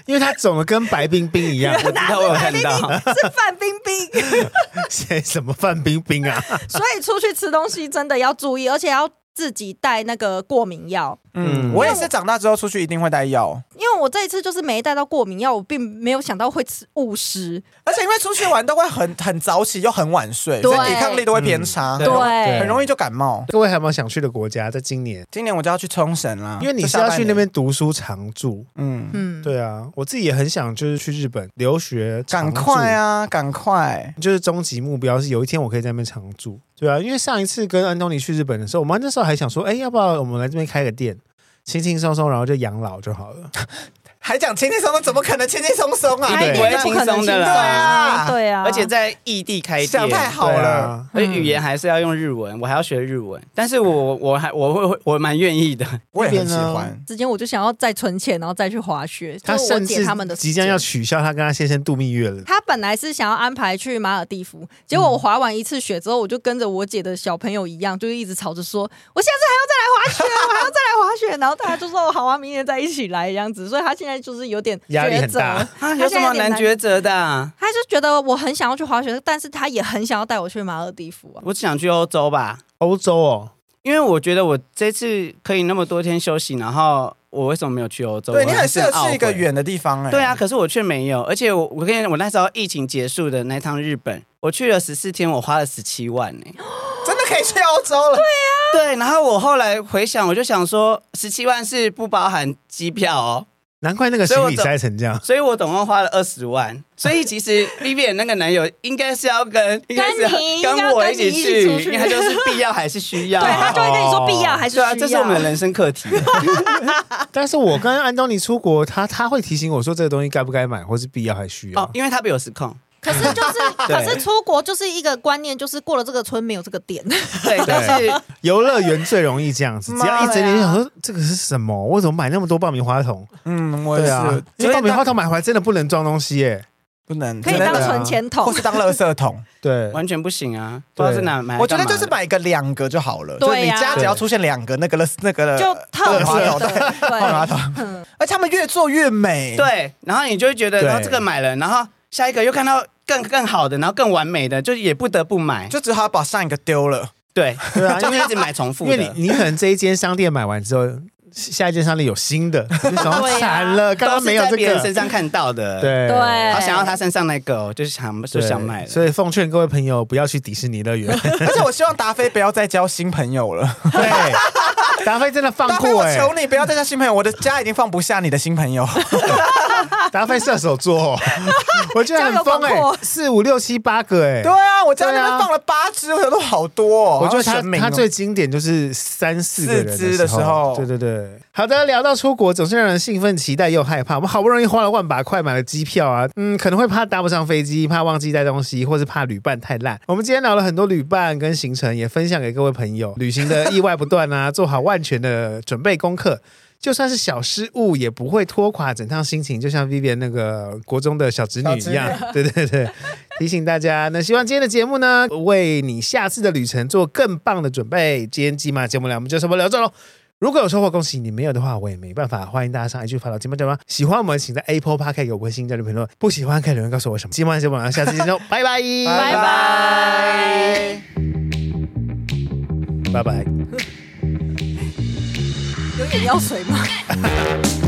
B: 因为它肿的跟白冰冰
D: <laughs>
B: 一样，
A: 我知道我有看
D: 冰 <laughs>
A: 到，
D: 冰是范冰冰，
B: 写什么范冰冰啊？
D: 所以出去吃东西真的要注意，而且要自己带那个过敏药。
C: 嗯，我也是长大之后出去一定会带药，
D: 因为我这一次就是没带到过敏药，我并没有想到会吃误食，
C: 而且因为出去玩都会很很早起又很晚睡，所以
D: 对嗯
C: 抵抗力都会偏差，
A: 对
B: 对
C: 很容易就感冒。
B: 各位还有没有想去的国家？在今年，
C: 今年我就要去冲绳啦，
B: 因为你
C: 就是嗯下
B: 要
C: 半
B: 去那
C: 年，
B: 边读书常住，
C: 嗯，
D: 嗯，
B: 对啊，我自己也很想就是去日本留学，
C: 赶快！啊，赶快！
B: 就是终极目标是有一天我可以在那边常住，对啊，因为上一次跟安东尼去日本的时候，我们那时候还想说，哎，要不要我们来这边开个店，轻轻松松，然后就养老就好了。
C: 还讲轻轻松松，怎么可能轻轻松松啊？
A: 一
D: 他
A: 定不
D: 点
A: 会
D: 都不可
A: 轻
D: 能
A: 松的
D: 轻松啊
C: 啦
D: 对啊，
A: 而且在异地开店
C: 想，太好
B: 对
C: 了。
B: 啊，
A: 所以语言还是要用日文，我还要学日文，但是
C: 嗯
A: 我我还我会我蛮愿意的，
C: 我也很喜
B: 那边
C: 欢。
D: 之间我就想要再存钱，然后再去滑雪。
B: 他
D: 就是我
B: 甚
D: 姐
B: 至
D: 他们的时
B: 即将
D: 间
B: 要取消他跟他先生度蜜月了。
D: 他本来是想要安排去马尔蒂夫，结果我滑完一次雪之后，我就跟着我姐的小朋友一样，就是一直吵着说，我下次还要再来滑雪，我还要再来滑雪。然后大家就说，哦好啊，明年再一起来这样子。所以他现在就是有点
B: 压力
D: 抉
B: 很
D: 择
B: 大，
A: 啊， <laughs> 有什么难抉择的啊？
D: 他就觉得我很想要去滑雪，但是他也很想要带我去马尔蒂夫啊。
A: 我只想去欧洲吧，
B: 欧洲哦，
A: 因为我觉得我这次可以那么多天休息，然后我为什么没有去欧洲？
C: 对
A: 我
C: 你很适合
A: 还是
C: 去一个
A: 懊悔。
C: 远的地方哎、
A: 对啊，，可是我却没有，而且我我跟你讲，我那时候疫情结束的那趟日本，我去了十四天，我花了十七万呢、
C: 真的可以去欧洲了。
A: <laughs> 对，然后我后来回想，我就想说，十七万是不包含机票哦，
B: 难怪那个行李塞成
A: <laughs>
B: 这样。
A: 所以我总共花了二十万。所以其
D: <laughs>
A: 实 Vivian 那个男友应该是要跟，应该是要
D: 跟你
A: 跟我起
D: 要跟你一起出去
A: 因为他就是必要还是需要？
D: 对他就会跟你说
B: 哦
D: 必要还是需
A: 对
D: 要，
A: 啊，这是我们的人生课
B: <laughs>
A: 题。
B: 但是我跟安东尼出国，他他会提醒我说这个东西该不该买，或是必要还需要。
A: 哦，因为他比我失控。
D: 可是就是
A: 对
D: 可是出国就是一个观念，就是过了这个村没有这个店。
A: 对，但是
B: 游乐园最容易这样子，只要一整
D: 妈
B: 点
D: 呀
B: 就想说这个是什么，我怎么买那么多爆米花桶？
C: 嗯，我也
B: 对
C: 是，
B: 啊，因为爆米花桶买回来真的不能装东西耶。
C: 不能
D: <laughs> 可以
C: 只能
D: 当
B: 对啊
D: 存钱
C: 或
D: 筒。
C: 是当垃圾桶。
B: 对，
A: 完全不行啊，不知道是哪买来干嘛的。
C: 我觉得就是买个两个就好了，就是
D: 对
C: 你
D: 呀
C: 家只要出现两个那个垃那个
D: 就特
C: 爆米花
D: 别
C: 桶，
D: 的
C: 对，爆米花
D: 对，嗯
C: 桶，而且他们越做越美。，
A: 对，然后你就会觉得，
B: 对
A: 然后这个买了，然后下一个又看到更更好的，然后更完美的，就也不得不买。就
C: 就只好把上一个丢了。
A: 对，
B: 对啊
A: 就是一直买重
B: 因
A: 复
B: 为
A: 的。
B: 你你可能这一间商店买完之后，下一间商店有
A: <laughs>
B: 新的，你就想
D: 对
B: 说
D: 啊
B: 惨了，刚
A: 都
B: 刚
A: 是
B: 没有
A: 在
B: 这
A: 别人身
B: 个。
A: 上看到的，，
B: 对
D: 对，
A: 好想要他身上那个，我就是想就
B: 对
A: 想买了。
B: 所以奉劝各位朋友不要去迪士尼乐
A: <laughs>
B: 园。
C: 而且我希望达菲不要再交新朋友了。
B: 对，达菲真的放
C: 达菲，
B: 过
C: 我
B: 哎、
C: 求你不要再交新朋友，我的家已经放不下你的新朋友。
B: 达菲射手座，
A: <laughs>
B: 我觉得很
D: 交友
B: 疯
D: 广
B: 哎、
D: 阔
B: 四五六七八个哎、
C: 对啊，我家里
B: 对啊
C: 面放了八只，我想都好多、哦。
B: 我觉得
C: 好
B: 他
C: 神明哦
B: 他最经典就是三四个人
C: 四只的时候
B: 对对对。好的，聊到出国，总是让人兴奋、期待又害怕。我们好不容易花了万把块买了机票啊，嗯，可能会怕搭不上飞机，怕忘记带东西，或是怕旅伴太烂。我们今天聊了很多旅伴跟行程，也分享给各位朋友。旅行的意外不断啊， <laughs> 做好万全的准备功课。就算是小失误，也不会拖垮整趟心情，就像 Vivian 那个国中的小侄女一样。 <laughs> 对对对，提醒大家，那希望今天的节目呢，为你下次的旅程做更棒的准备。今天金马节目聊，我们就差不多聊这喽。如果有收获，恭喜你；没有的话，我也没办法。欢迎大家上一句发到节目对吗？喜欢我们，请在 Apple Park 给我五颗星加入评论；不喜欢，可以留言告诉我为什么。今晚节目聊，下次见喽，拜拜，
D: 拜拜。
B: 拜拜。
D: 有眼药水吗？